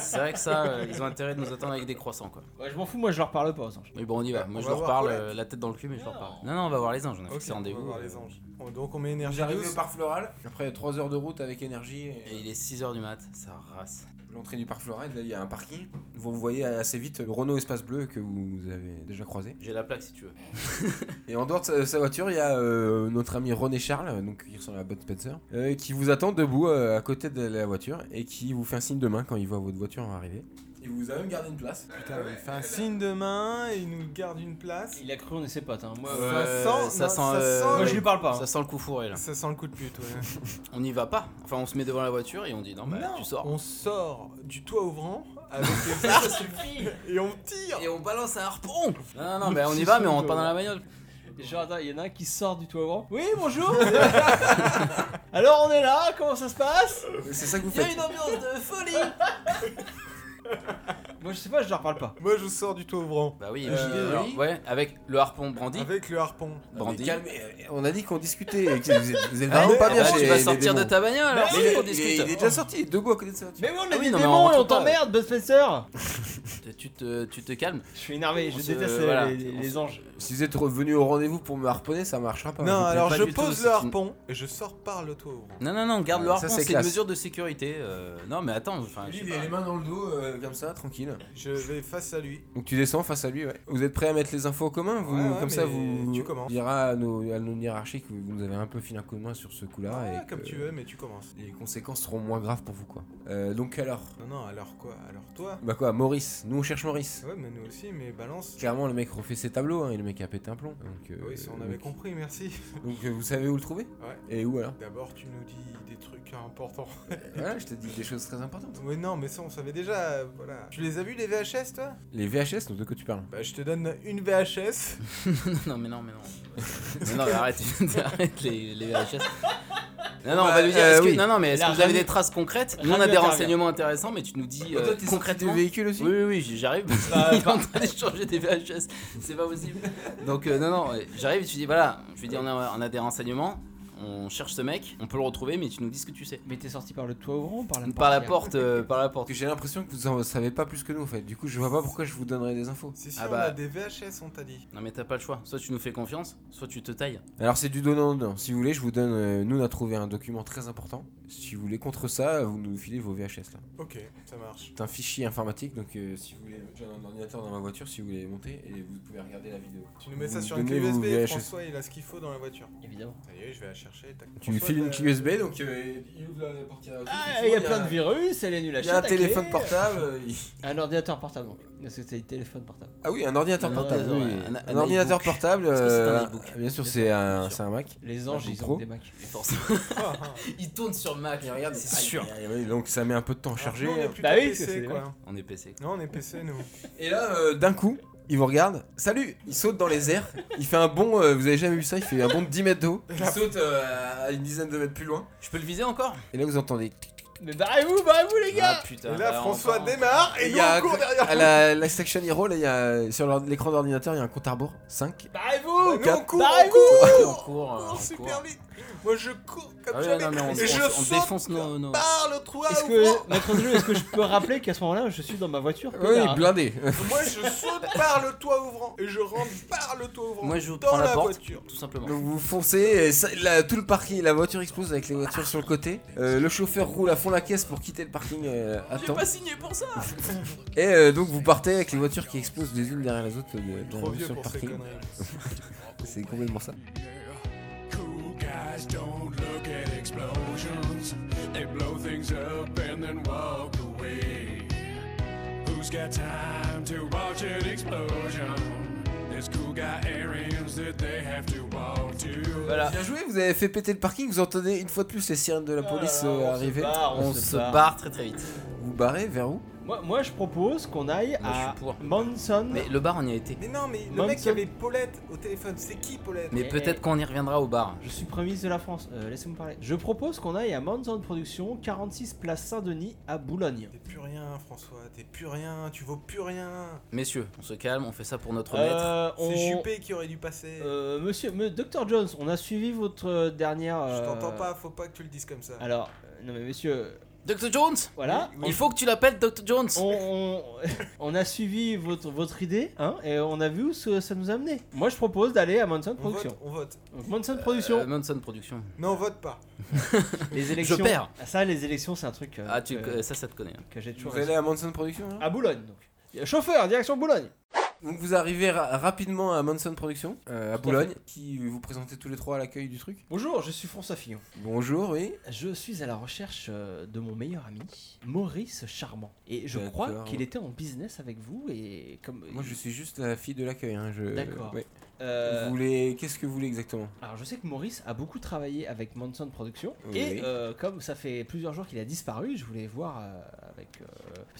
Speaker 5: C'est vrai que ça, euh, ils ont intérêt de nous attendre avec des croissants quoi.
Speaker 4: Ouais, je m'en fous, moi, je leur parle pas aux anges.
Speaker 5: Mais bon on y va,
Speaker 3: Ouais,
Speaker 5: moi
Speaker 3: on
Speaker 5: je
Speaker 3: va
Speaker 5: leur
Speaker 3: voir
Speaker 5: parle
Speaker 3: Paulette.
Speaker 5: euh, la tête dans le cul mais je leur
Speaker 4: Non.
Speaker 5: parle. Non non on va voir les anges, on a
Speaker 3: Ok,
Speaker 5: fixé
Speaker 3: on va
Speaker 5: rendez-vous.
Speaker 3: voir les
Speaker 5: euh,
Speaker 3: anges. Bon, donc on met énergie
Speaker 1: J'arrive au
Speaker 3: douce.
Speaker 1: parc floral, après 3 heures de route avec énergie. et-
Speaker 5: Et il est 6h du mat, ça rase.
Speaker 1: L'entrée du parc floral, là il y a un parking. Vous voyez assez vite le Renault Espace Bleu que vous avez déjà croisé.
Speaker 5: J'ai la plaque si tu veux.
Speaker 1: Et en dehors de sa, sa voiture, il y a euh, notre ami René Charles, donc qui ressemble à Bud Spencer, euh, qui vous attend debout euh, à côté de la voiture et qui vous fait un signe de main quand il voit votre voiture arriver. Il vous a même gardé une place.
Speaker 3: Putain, il fait un signe de main, il nous garde une place.
Speaker 4: Il a cru on est ses potes. hein. Moi,
Speaker 3: Ouais.
Speaker 4: euh,
Speaker 3: Ça sent- non, ça
Speaker 5: euh,
Speaker 3: sent-
Speaker 4: moi, je lui parle pas. hein.
Speaker 5: Ça sent le coup fourré là.
Speaker 3: Ça sent le coup de pute, ouais.
Speaker 5: On n'y va pas. Enfin on se met devant la voiture et on dit non bah tu sors.
Speaker 3: on sort du toit ouvrant avec les armes et on tire.
Speaker 5: Et on balance un harpon Non non non bah on y va mais on rentre pas dans la bagnole.
Speaker 4: Genre, attends, il y en a un qui sort du toit avant. Oui, bonjour Alors, on est là, comment ça se passe
Speaker 1: C'est ça que vous
Speaker 5: Il y a
Speaker 1: faites.
Speaker 5: une ambiance de folie
Speaker 4: Moi, je sais pas, je leur parle pas.
Speaker 3: Moi, je sors du toit ouvrant
Speaker 5: Bah oui,
Speaker 3: Euh,
Speaker 5: euh, alors,
Speaker 1: oui.
Speaker 5: ouais, avec le harpon brandi.
Speaker 3: avec le harpon.
Speaker 1: Non, mais
Speaker 5: Brandi.
Speaker 1: calme, euh, on a dit qu'on discutait. et que vous êtes, vous êtes
Speaker 5: Ah,
Speaker 1: vraiment pas bien
Speaker 5: bah,
Speaker 1: chez
Speaker 5: tu vas
Speaker 1: eh ben, les
Speaker 5: sortir de
Speaker 1: démons.
Speaker 5: ta bagnole alors,
Speaker 1: Mais
Speaker 5: c'est
Speaker 1: il,
Speaker 5: qu'on
Speaker 1: est- il est- il est
Speaker 5: discute.
Speaker 1: déjà sorti, il est debout à côté de sa voiture.
Speaker 4: Mais oui, on
Speaker 5: Ah
Speaker 4: est
Speaker 5: oui,
Speaker 4: des
Speaker 5: non, mais
Speaker 4: démons
Speaker 5: on
Speaker 4: et on
Speaker 5: rentre pas.
Speaker 4: t'emmerde, Bud Spencer
Speaker 5: Tu te, tu te calmes.
Speaker 4: Je suis énervé, je
Speaker 5: On se-
Speaker 4: déteste euh,
Speaker 5: voilà,
Speaker 4: les,
Speaker 5: on
Speaker 4: les
Speaker 5: se-
Speaker 4: anges.
Speaker 1: Si vous êtes revenu au rendez-vous pour me harponner, ça marchera pas.
Speaker 3: non,
Speaker 1: Je-
Speaker 3: alors
Speaker 5: pas
Speaker 3: je
Speaker 5: du tout,
Speaker 3: pose
Speaker 5: c'est
Speaker 3: le
Speaker 5: une-
Speaker 3: harpon et je sors par le toit ouvrant.
Speaker 5: Non, non, non, garde le
Speaker 1: Ça,
Speaker 5: harpon,
Speaker 1: c'est
Speaker 5: c'est une
Speaker 1: classe.
Speaker 5: mesure de sécurité. euh, non, mais attends, enfin, je
Speaker 1: Lui,
Speaker 5: sais
Speaker 1: il a
Speaker 5: pas.
Speaker 1: les mains dans le dos, euh, comme ça, tranquille.
Speaker 3: Je vais face à lui.
Speaker 1: Donc tu descends face à lui, ouais. Vous êtes prêt à mettre les infos en commun vous,
Speaker 3: Ouais, ouais,
Speaker 1: Comme ça,
Speaker 3: mais
Speaker 1: vous
Speaker 3: tu commences.
Speaker 1: dira à nos, à nos hiérarchies que vous nous avez un peu filé un coup de main sur ce coup-là.
Speaker 3: Ah,
Speaker 1: et
Speaker 3: comme
Speaker 1: que
Speaker 3: tu veux, mais tu commences.
Speaker 1: Les conséquences seront moins graves pour vous, quoi. Euh, donc alors
Speaker 3: Non, non, alors quoi Alors toi
Speaker 1: Bah quoi, Maurice Nous, on cherche Maurice.
Speaker 3: Ouais, mais nous aussi, mais balance.
Speaker 1: Clairement, le mec refait ses tableaux, hein, et le mec a pété un plomb. Donc, euh,
Speaker 3: Oui, ça on
Speaker 1: le
Speaker 3: avait
Speaker 1: mec-
Speaker 3: compris, merci.
Speaker 1: Donc euh, vous savez où le trouver
Speaker 3: Ouais.
Speaker 1: Et où alors
Speaker 3: D'abord, tu nous dis des trucs importants.
Speaker 1: Voilà, je te dis des choses très importantes.
Speaker 3: Mais non, mais ça on savait déjà, euh, voilà. Tu les as vus les VHS toi
Speaker 1: Les VHS, donc de quoi tu parles
Speaker 3: Bah je te donne une VHS.
Speaker 5: Non, mais non, mais non. mais non, mais arrête, arrête les, les VHS. Non, non, on va lui dire.
Speaker 1: Euh,
Speaker 5: est-ce que-
Speaker 1: oui.
Speaker 5: Non, non, mais est-ce
Speaker 4: La
Speaker 5: que vous avez
Speaker 4: Rami-
Speaker 5: des traces concrètes Nous, on a
Speaker 4: Rami
Speaker 5: des
Speaker 4: intervient.
Speaker 5: renseignements intéressants, mais tu nous dis euh,
Speaker 1: Concrètement
Speaker 5: concrètement.
Speaker 1: du véhicule aussi
Speaker 5: Oui, oui, oui, j'y- j'arrive. Il est en train d'échanger des VHS, c'est pas possible. Donc, euh, non, non, euh, j'arrive et tu dis voilà, je lui dis on a, on a des renseignements, on cherche ce mec, on peut le retrouver, mais tu nous dis ce que tu sais.
Speaker 4: Mais t'es sorti par le toit ouvrant ou par la porte
Speaker 5: Par la
Speaker 4: hier
Speaker 5: porte, euh, par la porte.
Speaker 1: Parce que j'ai l'impression que vous en savez pas plus que nous en fait. Du coup, je vois pas pourquoi je vous donnerais des infos.
Speaker 3: Si si
Speaker 5: Ah
Speaker 3: on
Speaker 5: bah.
Speaker 3: a des VHS on t'a dit.
Speaker 5: Non mais t'as pas le choix, soit tu nous fais confiance, soit tu te tailles.
Speaker 1: Alors c'est du donnant-donnant. Si vous voulez, je vous donne. euh, nous, on a trouvé un document très important. Si vous voulez, contre ça, vous nous filez vos VHS là.
Speaker 3: Ok, ça marche.
Speaker 1: C'est un fichier informatique, donc euh, si vous voulez, j'ai un ordinateur dans ma voiture, si vous voulez monter, et vous pouvez regarder la vidéo.
Speaker 3: Tu nous mets ça
Speaker 1: Vous
Speaker 3: sur une clé
Speaker 1: donnez vos
Speaker 3: USB,
Speaker 1: VHS.
Speaker 3: François il a ce qu'il faut dans la voiture.
Speaker 4: Évidemment.
Speaker 3: Ça y est, je vais acheter. chercher. tac.
Speaker 1: Tu
Speaker 3: François,
Speaker 1: files une
Speaker 3: euh,
Speaker 1: clé USB, donc euh, il ouvre la porte.
Speaker 4: Ah, il y a plein de virus, elle est nulle à
Speaker 1: Il y
Speaker 4: chier,
Speaker 1: a un
Speaker 4: ta
Speaker 1: téléphone
Speaker 4: clé.
Speaker 1: portable. euh, il-
Speaker 4: Un ordinateur portable, oui. Parce que c'est le téléphone portable.
Speaker 1: Ah oui, un ordinateur
Speaker 5: Un
Speaker 1: portable.
Speaker 5: ordinateur,
Speaker 1: oui.
Speaker 5: ouais, un-
Speaker 1: Un,
Speaker 5: un
Speaker 1: ordinateur
Speaker 5: iBook.
Speaker 1: portable.
Speaker 5: Est-ce que c'est un
Speaker 1: euh,
Speaker 5: iBook
Speaker 1: bien sûr, c'est un, c'est un Mac.
Speaker 4: Les anges,
Speaker 1: Ah,
Speaker 4: ils
Speaker 1: GoPro.
Speaker 4: ont des Macs.
Speaker 5: Forcément.
Speaker 3: ah, ah.
Speaker 5: Il tourne sur Mac.
Speaker 1: Et regarde,
Speaker 5: c'est sûr.
Speaker 1: Ah, oui, donc ça met un peu de temps à
Speaker 3: Alors,
Speaker 1: charger. hein.
Speaker 3: nous, on est plutôt
Speaker 4: Bah oui,
Speaker 3: PC,
Speaker 4: c'est-
Speaker 3: quoi.
Speaker 5: On est PC.
Speaker 3: Non, on est PC, nous.
Speaker 1: Et là, euh, d'un coup, il vous regarde. Salut Il saute dans les airs. Il fait un bond. euh, vous avez jamais vu ça Il fait un bond de 10 mètres d'eau. Il saute euh, à une dizaine de mètres plus loin.
Speaker 5: Je peux le viser encore
Speaker 1: Et là, vous entendez. tic, tic, tic.
Speaker 4: Mais barrez-vous, barrez-vous, les gars
Speaker 5: Ah putain.
Speaker 3: Et là,
Speaker 5: bah,
Speaker 3: François
Speaker 5: encore.
Speaker 3: démarre et
Speaker 1: Il
Speaker 3: nous,
Speaker 1: y a
Speaker 3: on court
Speaker 1: un-
Speaker 3: derrière.
Speaker 1: À la, la section Hero, là, il y a, sur l'ord- l'écran d'ordinateur, il y a un compte à rebours. 5.
Speaker 4: Barrez-vous
Speaker 3: Nous, Bah, on
Speaker 1: Quatre.
Speaker 3: court, on
Speaker 4: Barrez-vous.
Speaker 3: court.
Speaker 5: On court,
Speaker 3: Oh, On
Speaker 5: on
Speaker 3: court super
Speaker 5: court.
Speaker 3: vite. Moi, je cours comme
Speaker 5: euh, Ah ouais,
Speaker 3: jamais.
Speaker 5: non, mais on, on-
Speaker 3: et je
Speaker 5: on
Speaker 3: saute
Speaker 5: défonce nos. nos-
Speaker 3: par le trou à
Speaker 4: Est-ce
Speaker 3: ouvrant.
Speaker 4: que, maître jeu, est-ce que je peux rappeler qu'à ce moment-là, je suis dans ma voiture hein
Speaker 1: Oui,
Speaker 4: connard
Speaker 1: blindé.
Speaker 3: Moi, je saute par le toit ouvrant et je rentre par le toit ouvrant.
Speaker 5: Moi, je
Speaker 3: dans
Speaker 5: prends la
Speaker 3: la,
Speaker 5: porte.
Speaker 3: voiture.
Speaker 5: Tout simplement.
Speaker 1: Donc vous foncez, et ça- la- tout le parking, la voiture explose avec les voitures sur le côté. Euh, le chauffeur roule à fond la caisse pour quitter le parking euh, à temps.
Speaker 5: signé pour ça
Speaker 1: Et euh, donc vous partez avec les voitures qui explosent les unes derrière les autres euh, de-
Speaker 3: Trop
Speaker 1: de-
Speaker 3: vieux
Speaker 1: sur le
Speaker 3: pour ces
Speaker 1: parking.
Speaker 3: conneries.
Speaker 1: C'est complètement ça.
Speaker 10: Cool guys don't look at explosions. They blow things up and then walk away. Who's got time to watch an explosion? There's cool guy errands that they have to walk to.
Speaker 5: Voilà.
Speaker 1: Bien joué, vous avez fait péter le parking, vous entendez une fois de plus les sirènes de la police
Speaker 4: Ah là là,
Speaker 1: euh,
Speaker 4: on se
Speaker 1: arriver.
Speaker 4: barre,
Speaker 5: On se barre très très vite.
Speaker 1: Vous barrez vers où
Speaker 4: Moi, moi, je propose qu'on aille
Speaker 5: Moi, je
Speaker 4: à
Speaker 5: suis pour.
Speaker 4: Manson.
Speaker 5: Mais le bar, on y a été.
Speaker 3: Mais non, mais le
Speaker 4: Manson.
Speaker 3: mec qui avait Paulette au téléphone, c'est qui Paulette
Speaker 5: Mais
Speaker 4: Eh.
Speaker 5: peut-être qu'on y reviendra au bar.
Speaker 4: Je suis premier ministre de la France, euh, laissez-moi parler. Je propose qu'on aille à Manson Production, 46 place Saint-Denis à Boulogne.
Speaker 3: T'es plus rien, François, t'es plus rien, tu vaux plus rien.
Speaker 5: Messieurs, on se calme, on fait ça pour notre maître.
Speaker 4: Euh, on-
Speaker 3: C'est Juppé qui aurait dû passer.
Speaker 4: Euh, monsieur, me- Dr Jones, on a suivi votre euh, dernière.
Speaker 3: Je
Speaker 4: euh,
Speaker 3: t'entends pas, faut pas que tu le dises comme ça.
Speaker 4: Alors, euh, non mais monsieur,
Speaker 5: Dr. Jones
Speaker 4: voilà.
Speaker 5: Il faut que tu l'appelles Dr. Jones
Speaker 4: On, on, on a suivi votre, votre idée, hein, et on a vu où ce- ça nous a mené. Moi, je propose d'aller à Manson
Speaker 3: on vote,
Speaker 4: Production.
Speaker 3: on vote.
Speaker 4: Donc, Manson Production,
Speaker 5: Euh, Manson Production.
Speaker 3: Non, on vote pas.
Speaker 4: les élections.
Speaker 5: perds.
Speaker 4: Ah, ça, les élections, c'est un truc euh,
Speaker 5: Ah, tu,
Speaker 4: que,
Speaker 5: euh, ça, ça te connaît.
Speaker 4: que j'ai
Speaker 1: Vous
Speaker 4: toujours.
Speaker 1: allez à Manson Productions là
Speaker 4: À Boulogne, donc. Chauffeur, direction Boulogne.
Speaker 1: Donc vous arrivez ra- rapidement à Manson Productions, euh, à Boulogne, qui vous présentez tous les trois à l'accueil du truc.
Speaker 4: Bonjour, je suis François Fillon.
Speaker 1: Bonjour, oui.
Speaker 4: Je suis à la recherche euh, de mon meilleur ami, Maurice Charmant. Et je
Speaker 1: D'accord,
Speaker 4: crois qu'il
Speaker 1: ouais.
Speaker 4: était en business avec vous et comme.
Speaker 1: Moi je suis juste la fille de l'accueil. Hein. Je...
Speaker 4: D'accord.
Speaker 1: ouais.
Speaker 4: Euh,
Speaker 1: Vous voulez. Qu'est-ce que vous voulez exactement
Speaker 4: Alors je sais que Maurice a beaucoup travaillé avec Manson Productions
Speaker 1: Oui.
Speaker 4: et euh, comme ça fait plusieurs jours qu'il a disparu, je voulais voir euh, avec euh,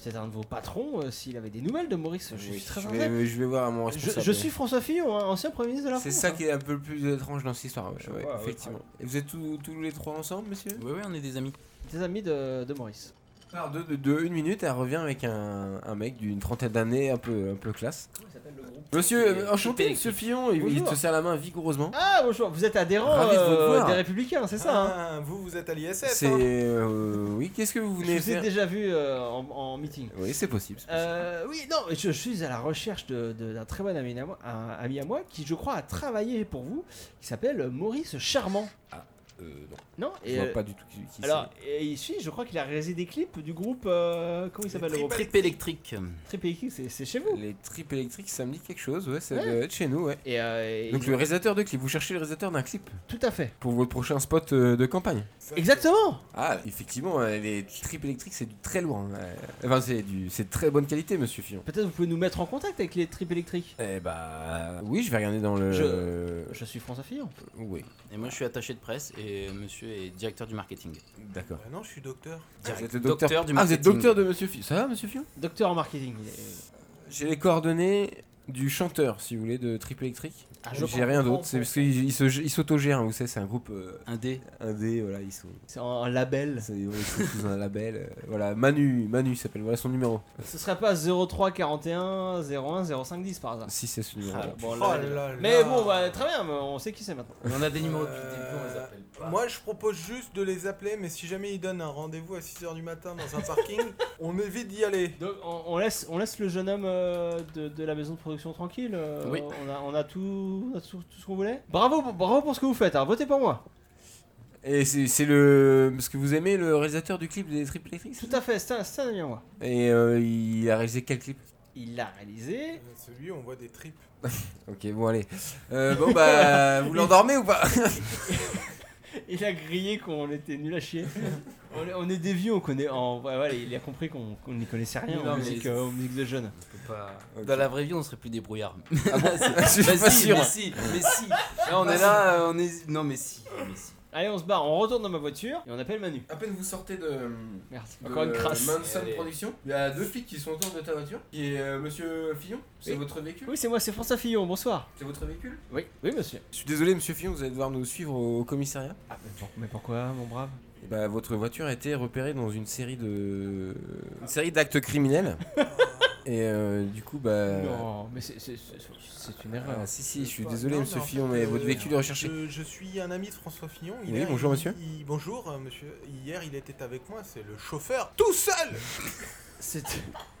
Speaker 4: peut-être un de vos patrons euh, s'il avait des nouvelles de Maurice. Je
Speaker 1: Oui,
Speaker 4: suis très inquiet.
Speaker 1: vais, je vais voir mon
Speaker 4: Je,
Speaker 1: responsable.
Speaker 4: je suis François Fillon, hein, ancien Premier ministre de la France.
Speaker 1: C'est ça
Speaker 4: hein.
Speaker 1: qui est un peu le plus étrange dans cette histoire. ouais,
Speaker 4: Je
Speaker 1: ouais,
Speaker 4: vois, ouais,
Speaker 1: effectivement. Et vous êtes tous, tous les trois ensemble, monsieur
Speaker 5: Oui, oui, on est des amis.
Speaker 4: Des amis de, de Maurice.
Speaker 1: Alors, de, de, de une minute, elle revient avec un, un mec d'une trentaine d'années, un peu, un peu classe.
Speaker 4: Comment il s'appelle le groupe
Speaker 1: Monsieur,
Speaker 5: Et-
Speaker 1: euh, enchanté,
Speaker 5: Tout est
Speaker 1: monsieur Fillon, il, il
Speaker 4: Bonjour.
Speaker 1: te serre la main vigoureusement.
Speaker 4: Ah bonjour, vous êtes adhérent
Speaker 1: Ravi de vous
Speaker 4: euh,
Speaker 1: voir.
Speaker 4: des Républicains, c'est ça hein
Speaker 3: Ah, vous, vous êtes à l'ISS.
Speaker 1: C'est.
Speaker 3: Hein
Speaker 1: euh, oui, qu'est-ce que vous
Speaker 4: Je
Speaker 1: venez
Speaker 4: vous ai
Speaker 1: faire
Speaker 4: déjà vu euh, en- en meeting.
Speaker 1: Oui, c'est possible. c'est possible.
Speaker 4: Euh, oui, non, je, je suis à la recherche de- de- d'un très bon ami à, moi, un ami à moi qui, je crois, a travaillé pour vous, qui s'appelle Maurice Charmant.
Speaker 1: Euh, non,
Speaker 4: Non
Speaker 1: je
Speaker 4: et,
Speaker 1: vois
Speaker 4: euh,
Speaker 1: pas du tout qui, qui
Speaker 4: Alors, et ici, je crois qu'il a réalisé des clips du groupe. euh, comment il s'appelle le groupe
Speaker 5: Trip électrique.
Speaker 4: Trip Electric, c'est c'est chez
Speaker 1: c'est.
Speaker 4: vous.
Speaker 1: Les tripes électriques, ça me dit quelque chose, ouais, ça
Speaker 4: Ouais.
Speaker 1: doit être chez nous, ouais.
Speaker 4: Et, euh, et-
Speaker 1: Donc le réalisateur de clip, vous cherchez le réalisateur d'un clip
Speaker 4: tout à fait.
Speaker 1: pour votre prochain spot euh, de campagne.
Speaker 4: Exactement
Speaker 1: Ah, effectivement, euh, les tripes électriques, c'est du très loin. euh, Enfin, c'est du, c'est de très bonne qualité, monsieur Fillon.
Speaker 4: Peut-être vous pouvez nous mettre en contact avec les Trip Electric.
Speaker 1: Eh bah, oui, je vais regarder dans le.
Speaker 4: Je suis François Fillon.
Speaker 1: Oui,
Speaker 5: Et moi, je suis attaché de presse et monsieur est directeur du marketing.
Speaker 1: d'accord.
Speaker 3: Bah non, je suis docteur.
Speaker 1: Ah,
Speaker 5: Direct-
Speaker 1: le
Speaker 5: docteur du
Speaker 1: Ah, vous êtes
Speaker 5: marketing.
Speaker 1: docteur de monsieur Fillon. Ça va, monsieur Fillon
Speaker 4: Docteur en marketing. il est- euh,
Speaker 1: J'ai les coordonnées du chanteur, si vous voulez, de Triple Électrique.
Speaker 4: Ah, je
Speaker 1: J'ai rien
Speaker 4: comprends.
Speaker 1: d'autre. C'est parce qu'ils ils se- ils s'autogèrent, vous savez, c'est un groupe euh,
Speaker 5: Un dé.
Speaker 1: indé, voilà, ils sont.
Speaker 4: C'est en un label.
Speaker 1: c'est- Ils sont sous un label. euh, Voilà, Manu, Manu s'appelle, voilà son numéro.
Speaker 4: Ce serait pas 03 41 01 05 10 par hasard.
Speaker 1: Si c'est ce numéro.
Speaker 4: Ah, bon,
Speaker 3: Oh
Speaker 4: là, là.
Speaker 3: là
Speaker 4: Mais
Speaker 3: là.
Speaker 4: bon, bah, très bien, mais on sait qui c'est maintenant.
Speaker 5: On a des numéros
Speaker 3: depuis le début, on les appelle Moi, je propose juste de les appeler, mais si jamais ils donnent un rendez-vous à 6h du matin dans un parking, on évite d'y aller.
Speaker 4: Donc, on, on laisse, on laisse le jeune homme euh, de, de la maison de production tranquille. euh,
Speaker 5: Oui.
Speaker 4: On a, on a tout, on a tout, tout ce qu'on voulait. Bravo, bravo pour ce que vous faites. Hein. Votez pour moi.
Speaker 1: Et c'est c'est le. Parce que vous aimez le réalisateur du clip des Triple Électriques
Speaker 4: Tout à fait. C'est un, c'est un ami à moi.
Speaker 1: Et euh, il a réalisé quel clip
Speaker 4: Il l'a réalisé.
Speaker 3: Euh, Celui, on voit des tripes.
Speaker 1: Ok, bon, allez. Euh, bon, bah, vous l'endormez ou pas
Speaker 4: Il a grillé qu'on était nul à chier. on, est- on est des vieux, on connaît. en- ouais, voilà, il a compris qu'on qu'on n'y connaissait rien
Speaker 5: Non,
Speaker 4: en
Speaker 5: mais
Speaker 4: musique,
Speaker 5: c'est-
Speaker 4: euh, en musique de jeunes.
Speaker 5: Dans la vraie vie, on serait plus débrouillard.
Speaker 4: Ah bon
Speaker 5: je
Speaker 4: Je suis pas sûr.
Speaker 5: Mais si, mais si. Là, on est là, euh, on est. Non, mais si. mais si.
Speaker 4: Allez, on se barre, on retourne dans ma voiture et on appelle Manu.
Speaker 1: À peine vous sortez de.
Speaker 4: Merde,
Speaker 1: de
Speaker 4: encore une crasse.
Speaker 1: Euh, Manson
Speaker 4: Allez.
Speaker 1: Productions. Il y a deux flics qui sont autour de ta voiture. Qui est euh, Monsieur Fillon. C'est
Speaker 4: Oui.
Speaker 1: votre véhicule.
Speaker 4: Oui, c'est moi, c'est François Fillon, bonsoir.
Speaker 1: C'est votre véhicule.
Speaker 4: Oui, oui, monsieur.
Speaker 1: Je suis désolé, Monsieur Fillon, vous allez devoir nous suivre au commissariat.
Speaker 4: Ah, Mais pourquoi, mon brave
Speaker 1: Eh ben, votre voiture a été repérée dans une série de une série d'actes criminels. Et euh, du coup, bah.
Speaker 4: Non, mais c'est- c'est c'est- c'est une
Speaker 5: Euh,
Speaker 4: erreur.
Speaker 1: Ah, si, si, je suis
Speaker 3: Pas-
Speaker 1: désolé,
Speaker 3: non,
Speaker 1: monsieur
Speaker 3: mais en
Speaker 1: Fillon,
Speaker 3: fait,
Speaker 1: mais
Speaker 3: euh,
Speaker 1: votre véhicule est recherché.
Speaker 3: Je, je suis un ami de François Fillon.
Speaker 1: Oui, bonjour, monsieur.
Speaker 3: il- bonjour, euh, monsieur. Hier, il était avec moi, c'est le chauffeur tout seul
Speaker 4: C'est-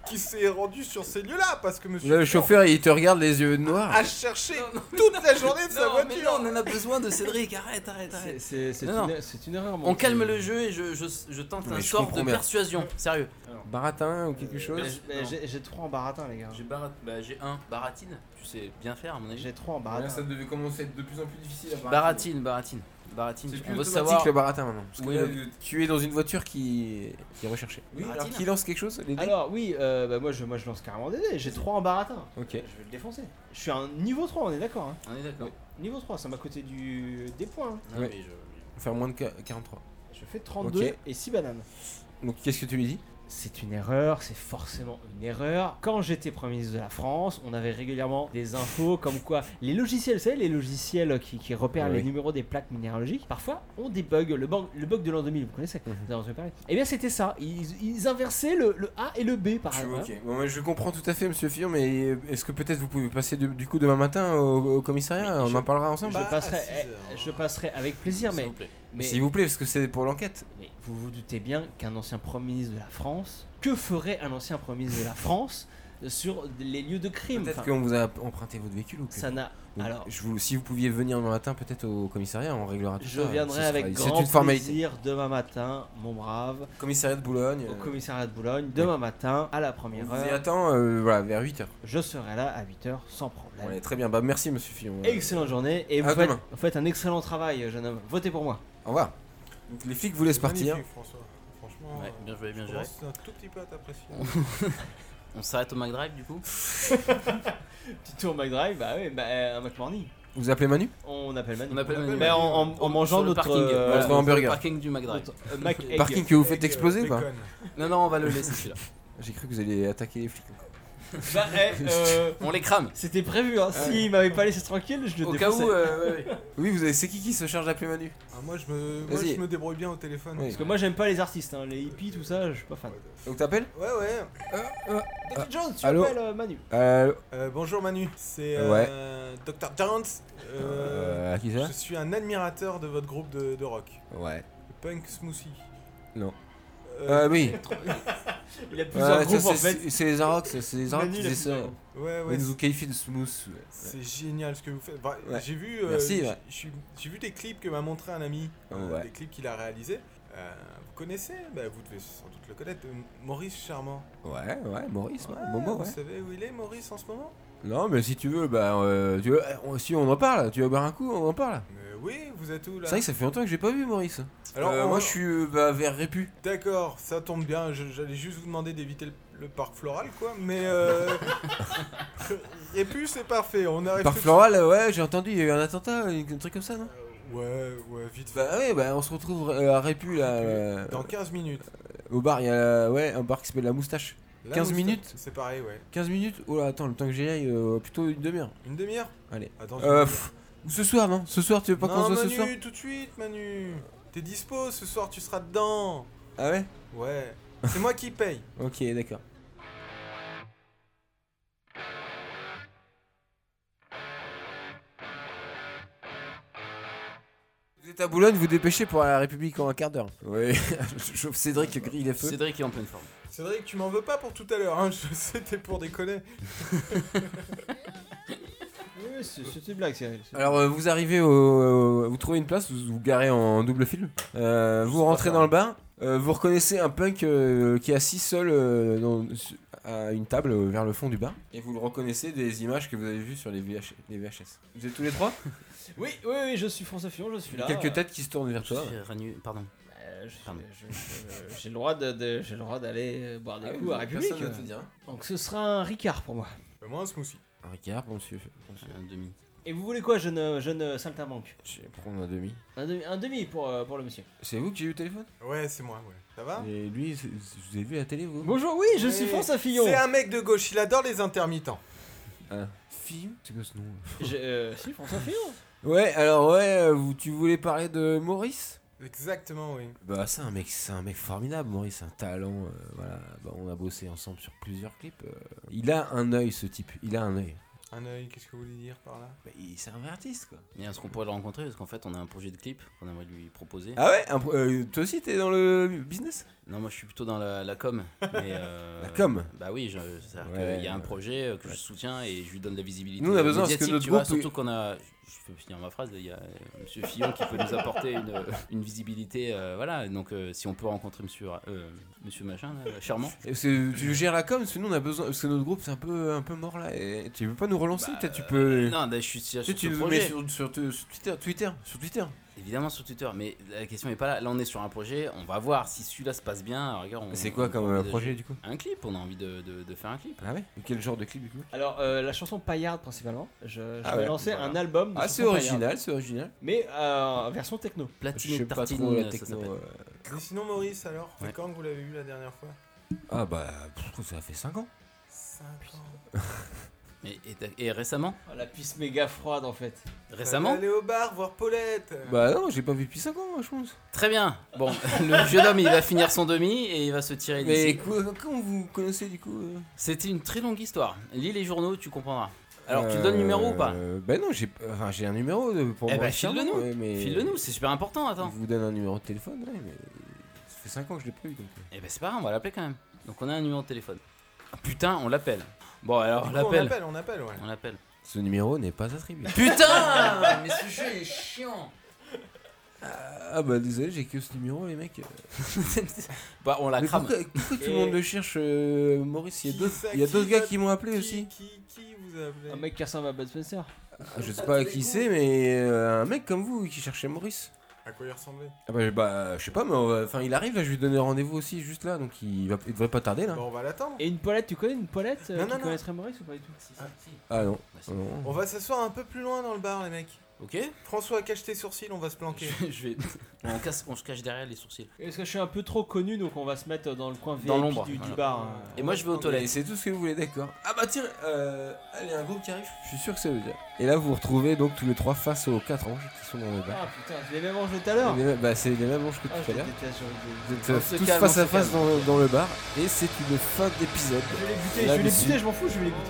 Speaker 3: qui s'est rendu sur ces lieux-là parce que monsieur.
Speaker 1: Là, le
Speaker 3: Fillon
Speaker 1: chauffeur, il te regarde les yeux noirs.
Speaker 3: a cherché toute la journée de sa
Speaker 5: Non, mais
Speaker 3: voiture.
Speaker 5: non, on en a besoin de Cédric. Arrête, arrête,
Speaker 4: C'est-
Speaker 5: arrête.
Speaker 4: C'est c'est
Speaker 5: Non,
Speaker 4: une, er-, c'est une erreur, mon
Speaker 5: On calme
Speaker 4: petit-
Speaker 5: le jeu et je, je, je tente
Speaker 1: Mais
Speaker 5: un
Speaker 1: je
Speaker 5: sort
Speaker 1: comprends
Speaker 5: de
Speaker 1: bien.
Speaker 5: persuasion. Sérieux.
Speaker 1: Baratin ou quelque
Speaker 4: Mais
Speaker 1: chose.
Speaker 4: j- mais J'ai j'ai trois en baratin, les gars.
Speaker 5: J'ai barat... bah, j'ai un. Baratine. Tu sais bien faire, à mon avis.
Speaker 4: J'ai trois en
Speaker 1: Là,
Speaker 4: baratin.
Speaker 1: ça devait commencer à être de plus en plus difficile à baratiner.
Speaker 5: Baratine, baratine. Baratine.
Speaker 1: C'est plus
Speaker 5: On veut
Speaker 1: automatique
Speaker 5: savoir.
Speaker 1: le baratin maintenant. Parce que
Speaker 5: Oui,
Speaker 1: là,
Speaker 5: le-
Speaker 1: tu es dans une voiture qui, qui est recherchée.
Speaker 5: Oui,
Speaker 1: Alors,
Speaker 5: baratine.
Speaker 1: qui lance quelque chose les dés
Speaker 4: Ah, Alors, oui, euh, bah, moi, je, moi je lance carrément des dés. J'ai trois en baratin.
Speaker 1: Ok.
Speaker 4: Je vais le défoncer. Je suis à un niveau 3, on est d'accord. hein.
Speaker 5: On est d'accord.
Speaker 4: Niveau 3, ça m'a coûté du... des points. hein.
Speaker 5: Non,
Speaker 1: Ouais.
Speaker 5: mais je-
Speaker 1: On va faire moins de qu- 43.
Speaker 4: Je fais 32
Speaker 1: Ok.
Speaker 4: et 6 bananes.
Speaker 1: Donc qu'est-ce que tu lui dis
Speaker 4: C'est une erreur, c'est forcément une erreur. Quand j'étais Premier ministre de la France, on avait régulièrement des infos comme quoi les logiciels, vous savez, les logiciels qui, qui repèrent
Speaker 1: Oui.
Speaker 4: les numéros des plaques minéralogiques, parfois ont des bugs. Le bug, le bug de l'an 2000, vous connaissez
Speaker 1: Mhm.
Speaker 4: Vous avez entendu parler Eh bien, c'était ça. Ils, ils inversaient le, le A et le B par
Speaker 1: Je-
Speaker 4: exemple.
Speaker 1: Ok. Bon, mais je comprends tout à fait, monsieur Fillon, mais est-ce que peut-être vous pouvez passer du, du coup demain matin au, au commissariat On en parlera ensemble
Speaker 4: Je,
Speaker 3: Bah,
Speaker 4: passerai,
Speaker 3: à six
Speaker 4: eh,
Speaker 3: heures.
Speaker 4: je passerai avec plaisir,
Speaker 5: S'il
Speaker 4: mais,
Speaker 5: vous plaît.
Speaker 4: mais,
Speaker 1: S'il vous plaît, parce que c'est pour l'enquête.
Speaker 4: mais vous vous doutez bien qu'un ancien Premier ministre de la France, que ferait un ancien Premier ministre de la France sur les lieux de crime
Speaker 1: Peut-être
Speaker 4: Enfin,
Speaker 1: qu'on vous a emprunté votre véhicule ou que...
Speaker 4: Ça n'a.
Speaker 1: Donc,
Speaker 4: Alors,
Speaker 1: je vous, si vous pouviez venir demain matin peut-être au commissariat, on réglera tout
Speaker 4: Je
Speaker 1: ça.
Speaker 4: viendrai
Speaker 1: Ah, Ce
Speaker 4: avec
Speaker 1: sera-
Speaker 4: grand
Speaker 1: C'est une formalité.
Speaker 4: plaisir demain matin, mon brave,
Speaker 1: Commissariat de Boulogne.
Speaker 4: au
Speaker 1: euh,
Speaker 4: commissariat de Boulogne. Demain matin, à la
Speaker 1: on
Speaker 4: première
Speaker 1: vous y
Speaker 4: heure,
Speaker 1: attend euh, voilà, vers 8h.
Speaker 4: je serai là à 8h sans problème.
Speaker 1: Ouais, très bien, bah merci monsieur Fillon. Euh,
Speaker 4: Excellente journée et
Speaker 1: À
Speaker 4: vous faites,
Speaker 1: demain.
Speaker 4: vous faites un excellent travail, jeune homme. Votez pour moi.
Speaker 1: Au revoir. Donc, les flics vous laissent partir.
Speaker 3: Magnifique, François. Franchement,
Speaker 5: Ouais, bien joué, bien
Speaker 3: je
Speaker 5: joué.
Speaker 3: commence un tout petit peu à t'apprécier.
Speaker 5: On s'arrête au McDrive du coup
Speaker 4: Petit tour McDrive, bah oui, bah, euh, un McMorning.
Speaker 1: Vous appelez Manu
Speaker 4: On appelle Manu.
Speaker 5: On appelle Manu.
Speaker 4: Mais en, en- en
Speaker 5: Au-
Speaker 4: mangeant
Speaker 5: sur le
Speaker 4: notre,
Speaker 5: parking,
Speaker 4: euh,
Speaker 1: Votre
Speaker 5: sur le
Speaker 1: hamburger.
Speaker 5: parking du McDrive.
Speaker 4: notre, euh, Mac Egg.
Speaker 1: Parking que vous faites
Speaker 3: Avec, euh,
Speaker 1: exploser ou pas
Speaker 3: bacon.
Speaker 5: Non, non, on va le laisser celui-là.
Speaker 1: J'ai cru que vous alliez attaquer les flics.
Speaker 4: Bah, eh, euh,
Speaker 5: On les crame.
Speaker 4: C'était prévu, hein. S'il m'avait pas laissé tranquille, je le
Speaker 5: Au cas
Speaker 4: défonçais.
Speaker 5: où. euh, ouais, ouais.
Speaker 1: Oui, vous avez... c'est qui qui se charge d'appeler Manu
Speaker 3: Ah, moi, je me, moi,
Speaker 1: Vas-y.
Speaker 3: je me débrouille bien au téléphone.
Speaker 1: Oui.
Speaker 4: Parce que moi, j'aime pas les artistes, hein. les hippies, tout ça, je suis pas fan.
Speaker 1: Donc t'appelles
Speaker 3: Ouais, ouais.
Speaker 4: David Jones, tu
Speaker 1: allô
Speaker 4: appelles euh, Manu.
Speaker 1: euh,
Speaker 3: Euh, bonjour Manu, c'est
Speaker 1: Ouais.
Speaker 3: euh, Dr. Jones. Euh,
Speaker 1: euh, à qui ça
Speaker 3: je suis un admirateur de votre groupe de, de rock,
Speaker 1: Ouais.
Speaker 3: le Punk Smoothie.
Speaker 1: Non.
Speaker 3: Euh,
Speaker 1: Euh, oui.
Speaker 4: Il a
Speaker 1: Euh,
Speaker 4: plusieurs
Speaker 1: ça,
Speaker 4: groupes en
Speaker 1: c'est-
Speaker 4: fait.
Speaker 1: c'est les Arocs, c'est c'est les Arocs
Speaker 4: Manu,
Speaker 1: qui
Speaker 4: il a
Speaker 1: faisaient ça.
Speaker 4: plusieurs
Speaker 3: ouais, ouais.
Speaker 1: Ils nous ont qualifié de smooth.
Speaker 3: C'est génial ce que vous faites. Bah,
Speaker 1: Ouais.
Speaker 3: J'ai vu, euh,
Speaker 1: Merci,
Speaker 3: j'ai-
Speaker 1: ouais.
Speaker 3: j'ai- j'ai vu des clips que m'a montré un ami, euh,
Speaker 1: Ouais.
Speaker 3: des clips qu'il a réalisés. Euh, vous connaissez Bah, Vous devez sans doute le connaître, euh, Maurice Charmant.
Speaker 1: Ouais, ouais, Maurice, ouais,
Speaker 3: Ouais,
Speaker 1: bon mot,
Speaker 3: vous
Speaker 1: Oh, ouais.
Speaker 3: savez où il est Maurice en ce moment
Speaker 1: Non, mais si tu veux, bah, euh, tu veux, eh, on- si on en parle, tu veux boire un coup, on en parle.
Speaker 3: Mais Oui, vous êtes où là
Speaker 1: C'est vrai que ça fait longtemps que j'ai pas vu Maurice.
Speaker 3: Alors,
Speaker 1: Euh,
Speaker 3: on-
Speaker 1: moi, je suis euh, bah, vers Répu.
Speaker 3: D'accord, ça tombe bien, je- j'allais juste vous demander d'éviter le, le parc floral, quoi, mais... Euh... Et puis c'est parfait, on arrive...
Speaker 1: Par
Speaker 3: tout de
Speaker 1: Floral, euh, ouais, j'ai entendu, il y a eu un attentat, euh, un truc comme ça, non
Speaker 3: suite- Ouais, ouais, vite fait.
Speaker 1: Bah ouais, bah on se retrouve euh, à Répu, là, euh,
Speaker 3: Dans 15 minutes.
Speaker 1: au bar, il y a euh, ouais, un bar qui s'appelle La Moustache.
Speaker 3: La
Speaker 1: 15
Speaker 3: moustache-
Speaker 1: minutes
Speaker 3: C'est pareil, ouais.
Speaker 1: 15 minutes Oh là, attends, le temps que j'y aille, euh, plutôt une demi-heure.
Speaker 3: Une demi-heure
Speaker 1: Allez.
Speaker 3: Attends,
Speaker 1: Euh,
Speaker 3: je-
Speaker 1: pff, ou ce soir, non Ce soir, tu veux pas qu'on
Speaker 3: non,
Speaker 1: se voit
Speaker 3: Manu,
Speaker 1: ce soir
Speaker 3: tout de suite, Manu T'es dispo, ce soir, tu seras dedans
Speaker 1: Ah ouais
Speaker 3: Ouais. C'est moi qui paye.
Speaker 1: Ok, d'accord. Vous êtes à Boulogne, vous dépêchez pour aller à la République en un quart d'heure. Oui, je chauffe Cédric, grille les feux.
Speaker 5: Cédric est en pleine forme.
Speaker 3: Cédric, tu m'en veux pas pour tout à l'heure, hein, je sais, t'es pour déconner.
Speaker 4: Oui, c'est c'est une blague, Cyril. C'est-
Speaker 1: Alors euh, vous arrivez au, euh, vous trouvez une place, vous vous garez en double fil, Euh, vous rentrez dans le bar, euh, vous reconnaissez un punk euh, qui est assis seul euh, dans- à une table euh, vers le fond du bar. Et vous le reconnaissez des images que vous avez vues sur les, VH les VHS. Vous êtes tous les trois euh,
Speaker 4: Oui, oui, oui, je suis François Fillon, je suis là.
Speaker 1: Quelques têtes qui se tournent vers toi.
Speaker 5: Pardon.
Speaker 4: Euh, je-
Speaker 5: Pardon.
Speaker 4: je- je- J'ai le droit de, de- j'ai le droit d'aller euh, boire des
Speaker 1: Ah oui,
Speaker 4: coups à République.
Speaker 1: personne ne te dit rien.
Speaker 4: Donc ce sera un Ricard pour moi.
Speaker 3: Fais Moi, un smoothie.
Speaker 1: Un regard, bon monsieur. monsieur.
Speaker 5: Un demi.
Speaker 4: Et vous voulez quoi, jeune, jeune saltimbanque
Speaker 1: Je vais prendre un demi.
Speaker 4: un demi, un demi pour, euh, pour le monsieur.
Speaker 1: C'est vous que j'ai eu au téléphone
Speaker 3: Ouais, c'est moi, ouais. Ça va
Speaker 1: Et lui, c'est- je vous ai vu à la télé, vous
Speaker 4: Bonjour, oui, je suis
Speaker 3: Oui.
Speaker 4: François Fillon.
Speaker 3: C'est un mec de gauche, il adore les intermittents.
Speaker 1: Ah. Film C'est quoi ce nom
Speaker 4: Je- euh, si, François Fillon.
Speaker 1: Ouais, alors ouais, euh, vous- tu voulais parler de Maurice
Speaker 3: Exactement, oui.
Speaker 1: Bah c'est un mec, c'est un mec formidable, Maurice, un talent, euh, voilà. Bah, on a bossé ensemble sur plusieurs clips. euh. Il a un œil, ce type. Il a un œil.
Speaker 3: Un œil, qu'est-ce que vous voulez dire par là
Speaker 1: Bah, il- c'est un vrai artiste, quoi.
Speaker 5: Mais est-ce qu'on pourrait le rencontrer Parce qu'en fait, on a un projet de clip qu'on aimerait lui proposer.
Speaker 1: Ah ouais un pro- euh, Toi aussi, t'es dans le business
Speaker 5: Non, moi je suis plutôt dans la, la com. mais, euh,
Speaker 1: La com
Speaker 5: Bah oui, je- c'est-à-dire
Speaker 1: Ouais,
Speaker 5: qu'il y a un
Speaker 1: ouais.
Speaker 5: projet euh, que je soutiens et je lui donne de la visibilité.
Speaker 1: Nous, on a besoin parce que
Speaker 5: médiatique,
Speaker 1: notre
Speaker 5: tu vois,
Speaker 1: groupe-
Speaker 5: surtout qu'on a. Je peux finir ma phrase, il y a euh, Monsieur Fillon qui peut nous apporter une, une visibilité. euh, voilà, donc euh, si on peut rencontrer Monsieur, euh, monsieur Machin, là, Charmant.
Speaker 1: Et parce que Tu gères la com, parce que nous on a besoin. Parce que notre groupe c'est un peu, un peu mort là. Et tu veux pas nous relancer
Speaker 5: Bah,
Speaker 1: Peut-être tu
Speaker 5: euh,
Speaker 1: peux.
Speaker 5: Non, bah, je suis sur
Speaker 1: tu sais,
Speaker 5: ce
Speaker 1: tu nous
Speaker 5: projet.
Speaker 1: mets sur, sur, te- sur Twitter, Twitter, sur Twitter.
Speaker 5: Évidemment sur Twitter, mais la question n'est pas là. Là, on est sur un projet. On va voir si celui-là se passe bien. Alors, regarde, on-
Speaker 1: C'est quoi
Speaker 5: Bah, on peut
Speaker 1: comme euh,
Speaker 5: envisager
Speaker 1: projet du coup
Speaker 5: Un clip. On a envie de, de- de faire un clip.
Speaker 1: Ah ouais Et Quel genre de clip du coup
Speaker 4: Alors euh, la chanson Paillard principalement. Je, je
Speaker 1: Ah
Speaker 4: vais
Speaker 1: ouais,
Speaker 4: lancer
Speaker 5: voilà.
Speaker 4: un album. De
Speaker 1: Ah
Speaker 4: chansons
Speaker 1: c'est
Speaker 4: Paillard.
Speaker 1: original, c'est original.
Speaker 4: Mais euh, version techno.
Speaker 5: Platine
Speaker 1: Je sais
Speaker 5: et
Speaker 1: pas
Speaker 5: tartine,
Speaker 1: trop la
Speaker 5: ça
Speaker 1: techno.
Speaker 5: s'appelle.
Speaker 1: euh.
Speaker 3: Mais sinon, Maurice, alors C'est
Speaker 5: Ouais.
Speaker 3: quand que vous l'avez vu la dernière fois
Speaker 1: Ah bah pff, ça fait 5 ans.
Speaker 3: 5 ans.
Speaker 5: Et, et t'as- et récemment
Speaker 4: Oh, la piste méga froide en fait.
Speaker 5: Récemment
Speaker 3: Aller au bar voir Paulette
Speaker 1: Bah non, j'ai pas vu depuis 5 ans, moi, je pense.
Speaker 5: Très bien. Bon, le jeune homme, il va finir son demi et il va se tirer
Speaker 1: Mais
Speaker 5: d'ici.
Speaker 1: quoi- comment vous connaissez du coup euh
Speaker 5: C'était une très longue histoire. Lis les journaux, tu comprendras. Alors, tu donnes le numéro ou pas
Speaker 1: Euh, Bah non, j'ai enfin, j'ai un numéro de- pour
Speaker 5: Eh
Speaker 1: moi.
Speaker 5: bah, file-le nous.
Speaker 1: ouais, mais-
Speaker 5: File-le nous, c'est super important,
Speaker 1: Je
Speaker 5: attends.
Speaker 1: vous donne un numéro de téléphone, ouais, mais ça fait 5 ans que je l'ai pas eu. Donc... euh,
Speaker 5: Eh ben, c'est pas grave, on va l'appeler quand même. Donc, on a un numéro de téléphone. Ah, putain, on l'appelle. Bon, alors,
Speaker 3: Du
Speaker 5: on
Speaker 3: coup, On
Speaker 5: l'appelle.
Speaker 3: appelle, on appelle, ouais.
Speaker 5: On l'appelle.
Speaker 1: Ce numéro n'est pas attribué.
Speaker 5: Putain Mais ce jeu est chiant
Speaker 1: Ah bah désolé, j'ai que ce numéro, les mecs.
Speaker 5: Bah, on la
Speaker 1: Mais
Speaker 5: crame.
Speaker 1: pourquoi, pourquoi tout le monde le cherche, euh, Maurice Il y a
Speaker 3: Qui
Speaker 1: d'autres,
Speaker 3: ça,
Speaker 1: il y a
Speaker 3: qui
Speaker 1: d'autres gars
Speaker 3: d'autre
Speaker 1: qui m'ont appelé
Speaker 3: Qui-
Speaker 1: aussi.
Speaker 3: Qui, qui vous a appelé
Speaker 4: Un mec qui ressemble à Bud Spencer.
Speaker 1: Ah, je sais pas qui c'est, mais euh, un mec comme vous qui cherchait Maurice.
Speaker 3: À quoi il ressemblait
Speaker 1: Ah bah, bah, je sais pas, mais on va- enfin il arrive là, je lui donner rendez-vous aussi juste là, donc il, va, il devrait pas tarder là.
Speaker 3: Bon, on va l'attendre.
Speaker 4: Et une Paulette, tu connais une Paulette euh,
Speaker 3: Non,
Speaker 4: qui
Speaker 3: non, non.
Speaker 4: connaîtrait Maurice ou pas du tout
Speaker 1: Ah non.
Speaker 5: Bah, c'est-
Speaker 1: non, non.
Speaker 3: On va s'asseoir un peu plus loin dans le bar, les mecs.
Speaker 5: Ok
Speaker 3: François, cache tes sourcils, on va se planquer.
Speaker 5: Je- je vais... on, casse- on se cache derrière les sourcils.
Speaker 4: Parce que je suis un peu trop connu, donc on va se mettre dans le coin VIP
Speaker 5: Dans l'ombre,
Speaker 4: du, du
Speaker 5: voilà.
Speaker 4: bar. hein.
Speaker 5: Et moi, je vais aux
Speaker 1: Et
Speaker 5: toilettes.
Speaker 1: Ah, c'est tout ce que vous voulez, d'accord. Ah bah tiens, allez, un groupe qui arrive, je suis sûr que ça veut dire. Et là, vous vous retrouvez donc tous les trois face aux quatre anges qui sont dans le bar.
Speaker 4: Ah putain, je l'ai même mangé tout à l'heure.
Speaker 1: Les mêmes- bah, c'est les mêmes anges que
Speaker 4: Ah,
Speaker 1: tout
Speaker 4: je
Speaker 1: à l'heure.
Speaker 4: déteste, j'aurais dû-
Speaker 1: Vous êtes
Speaker 5: On
Speaker 1: euh,
Speaker 5: se
Speaker 1: tous
Speaker 5: calme,
Speaker 1: face
Speaker 5: on
Speaker 1: à
Speaker 5: se
Speaker 1: face
Speaker 5: calme.
Speaker 1: dans, dans le bar. Et c'est une fin d'épisode.
Speaker 4: Je vais les buter,
Speaker 1: Là,
Speaker 4: je vais les
Speaker 1: dessus.
Speaker 4: buter, je m'en fous, je vais les buter.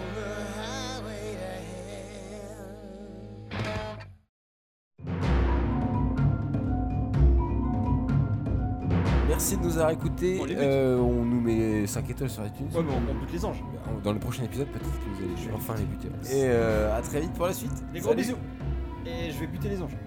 Speaker 1: Merci de nous avoir écoutés.
Speaker 4: On les bute.
Speaker 1: Euh, on nous met 5 étoiles sur iTunes.
Speaker 4: Ouais, mais on, on bute les anges.
Speaker 1: Dans le prochain épisode, peut-être que vous allez enfin les buter. Et euh, à très vite pour la suite.
Speaker 4: Des gros
Speaker 1: Salut.
Speaker 4: bisous. Et je vais buter les anges.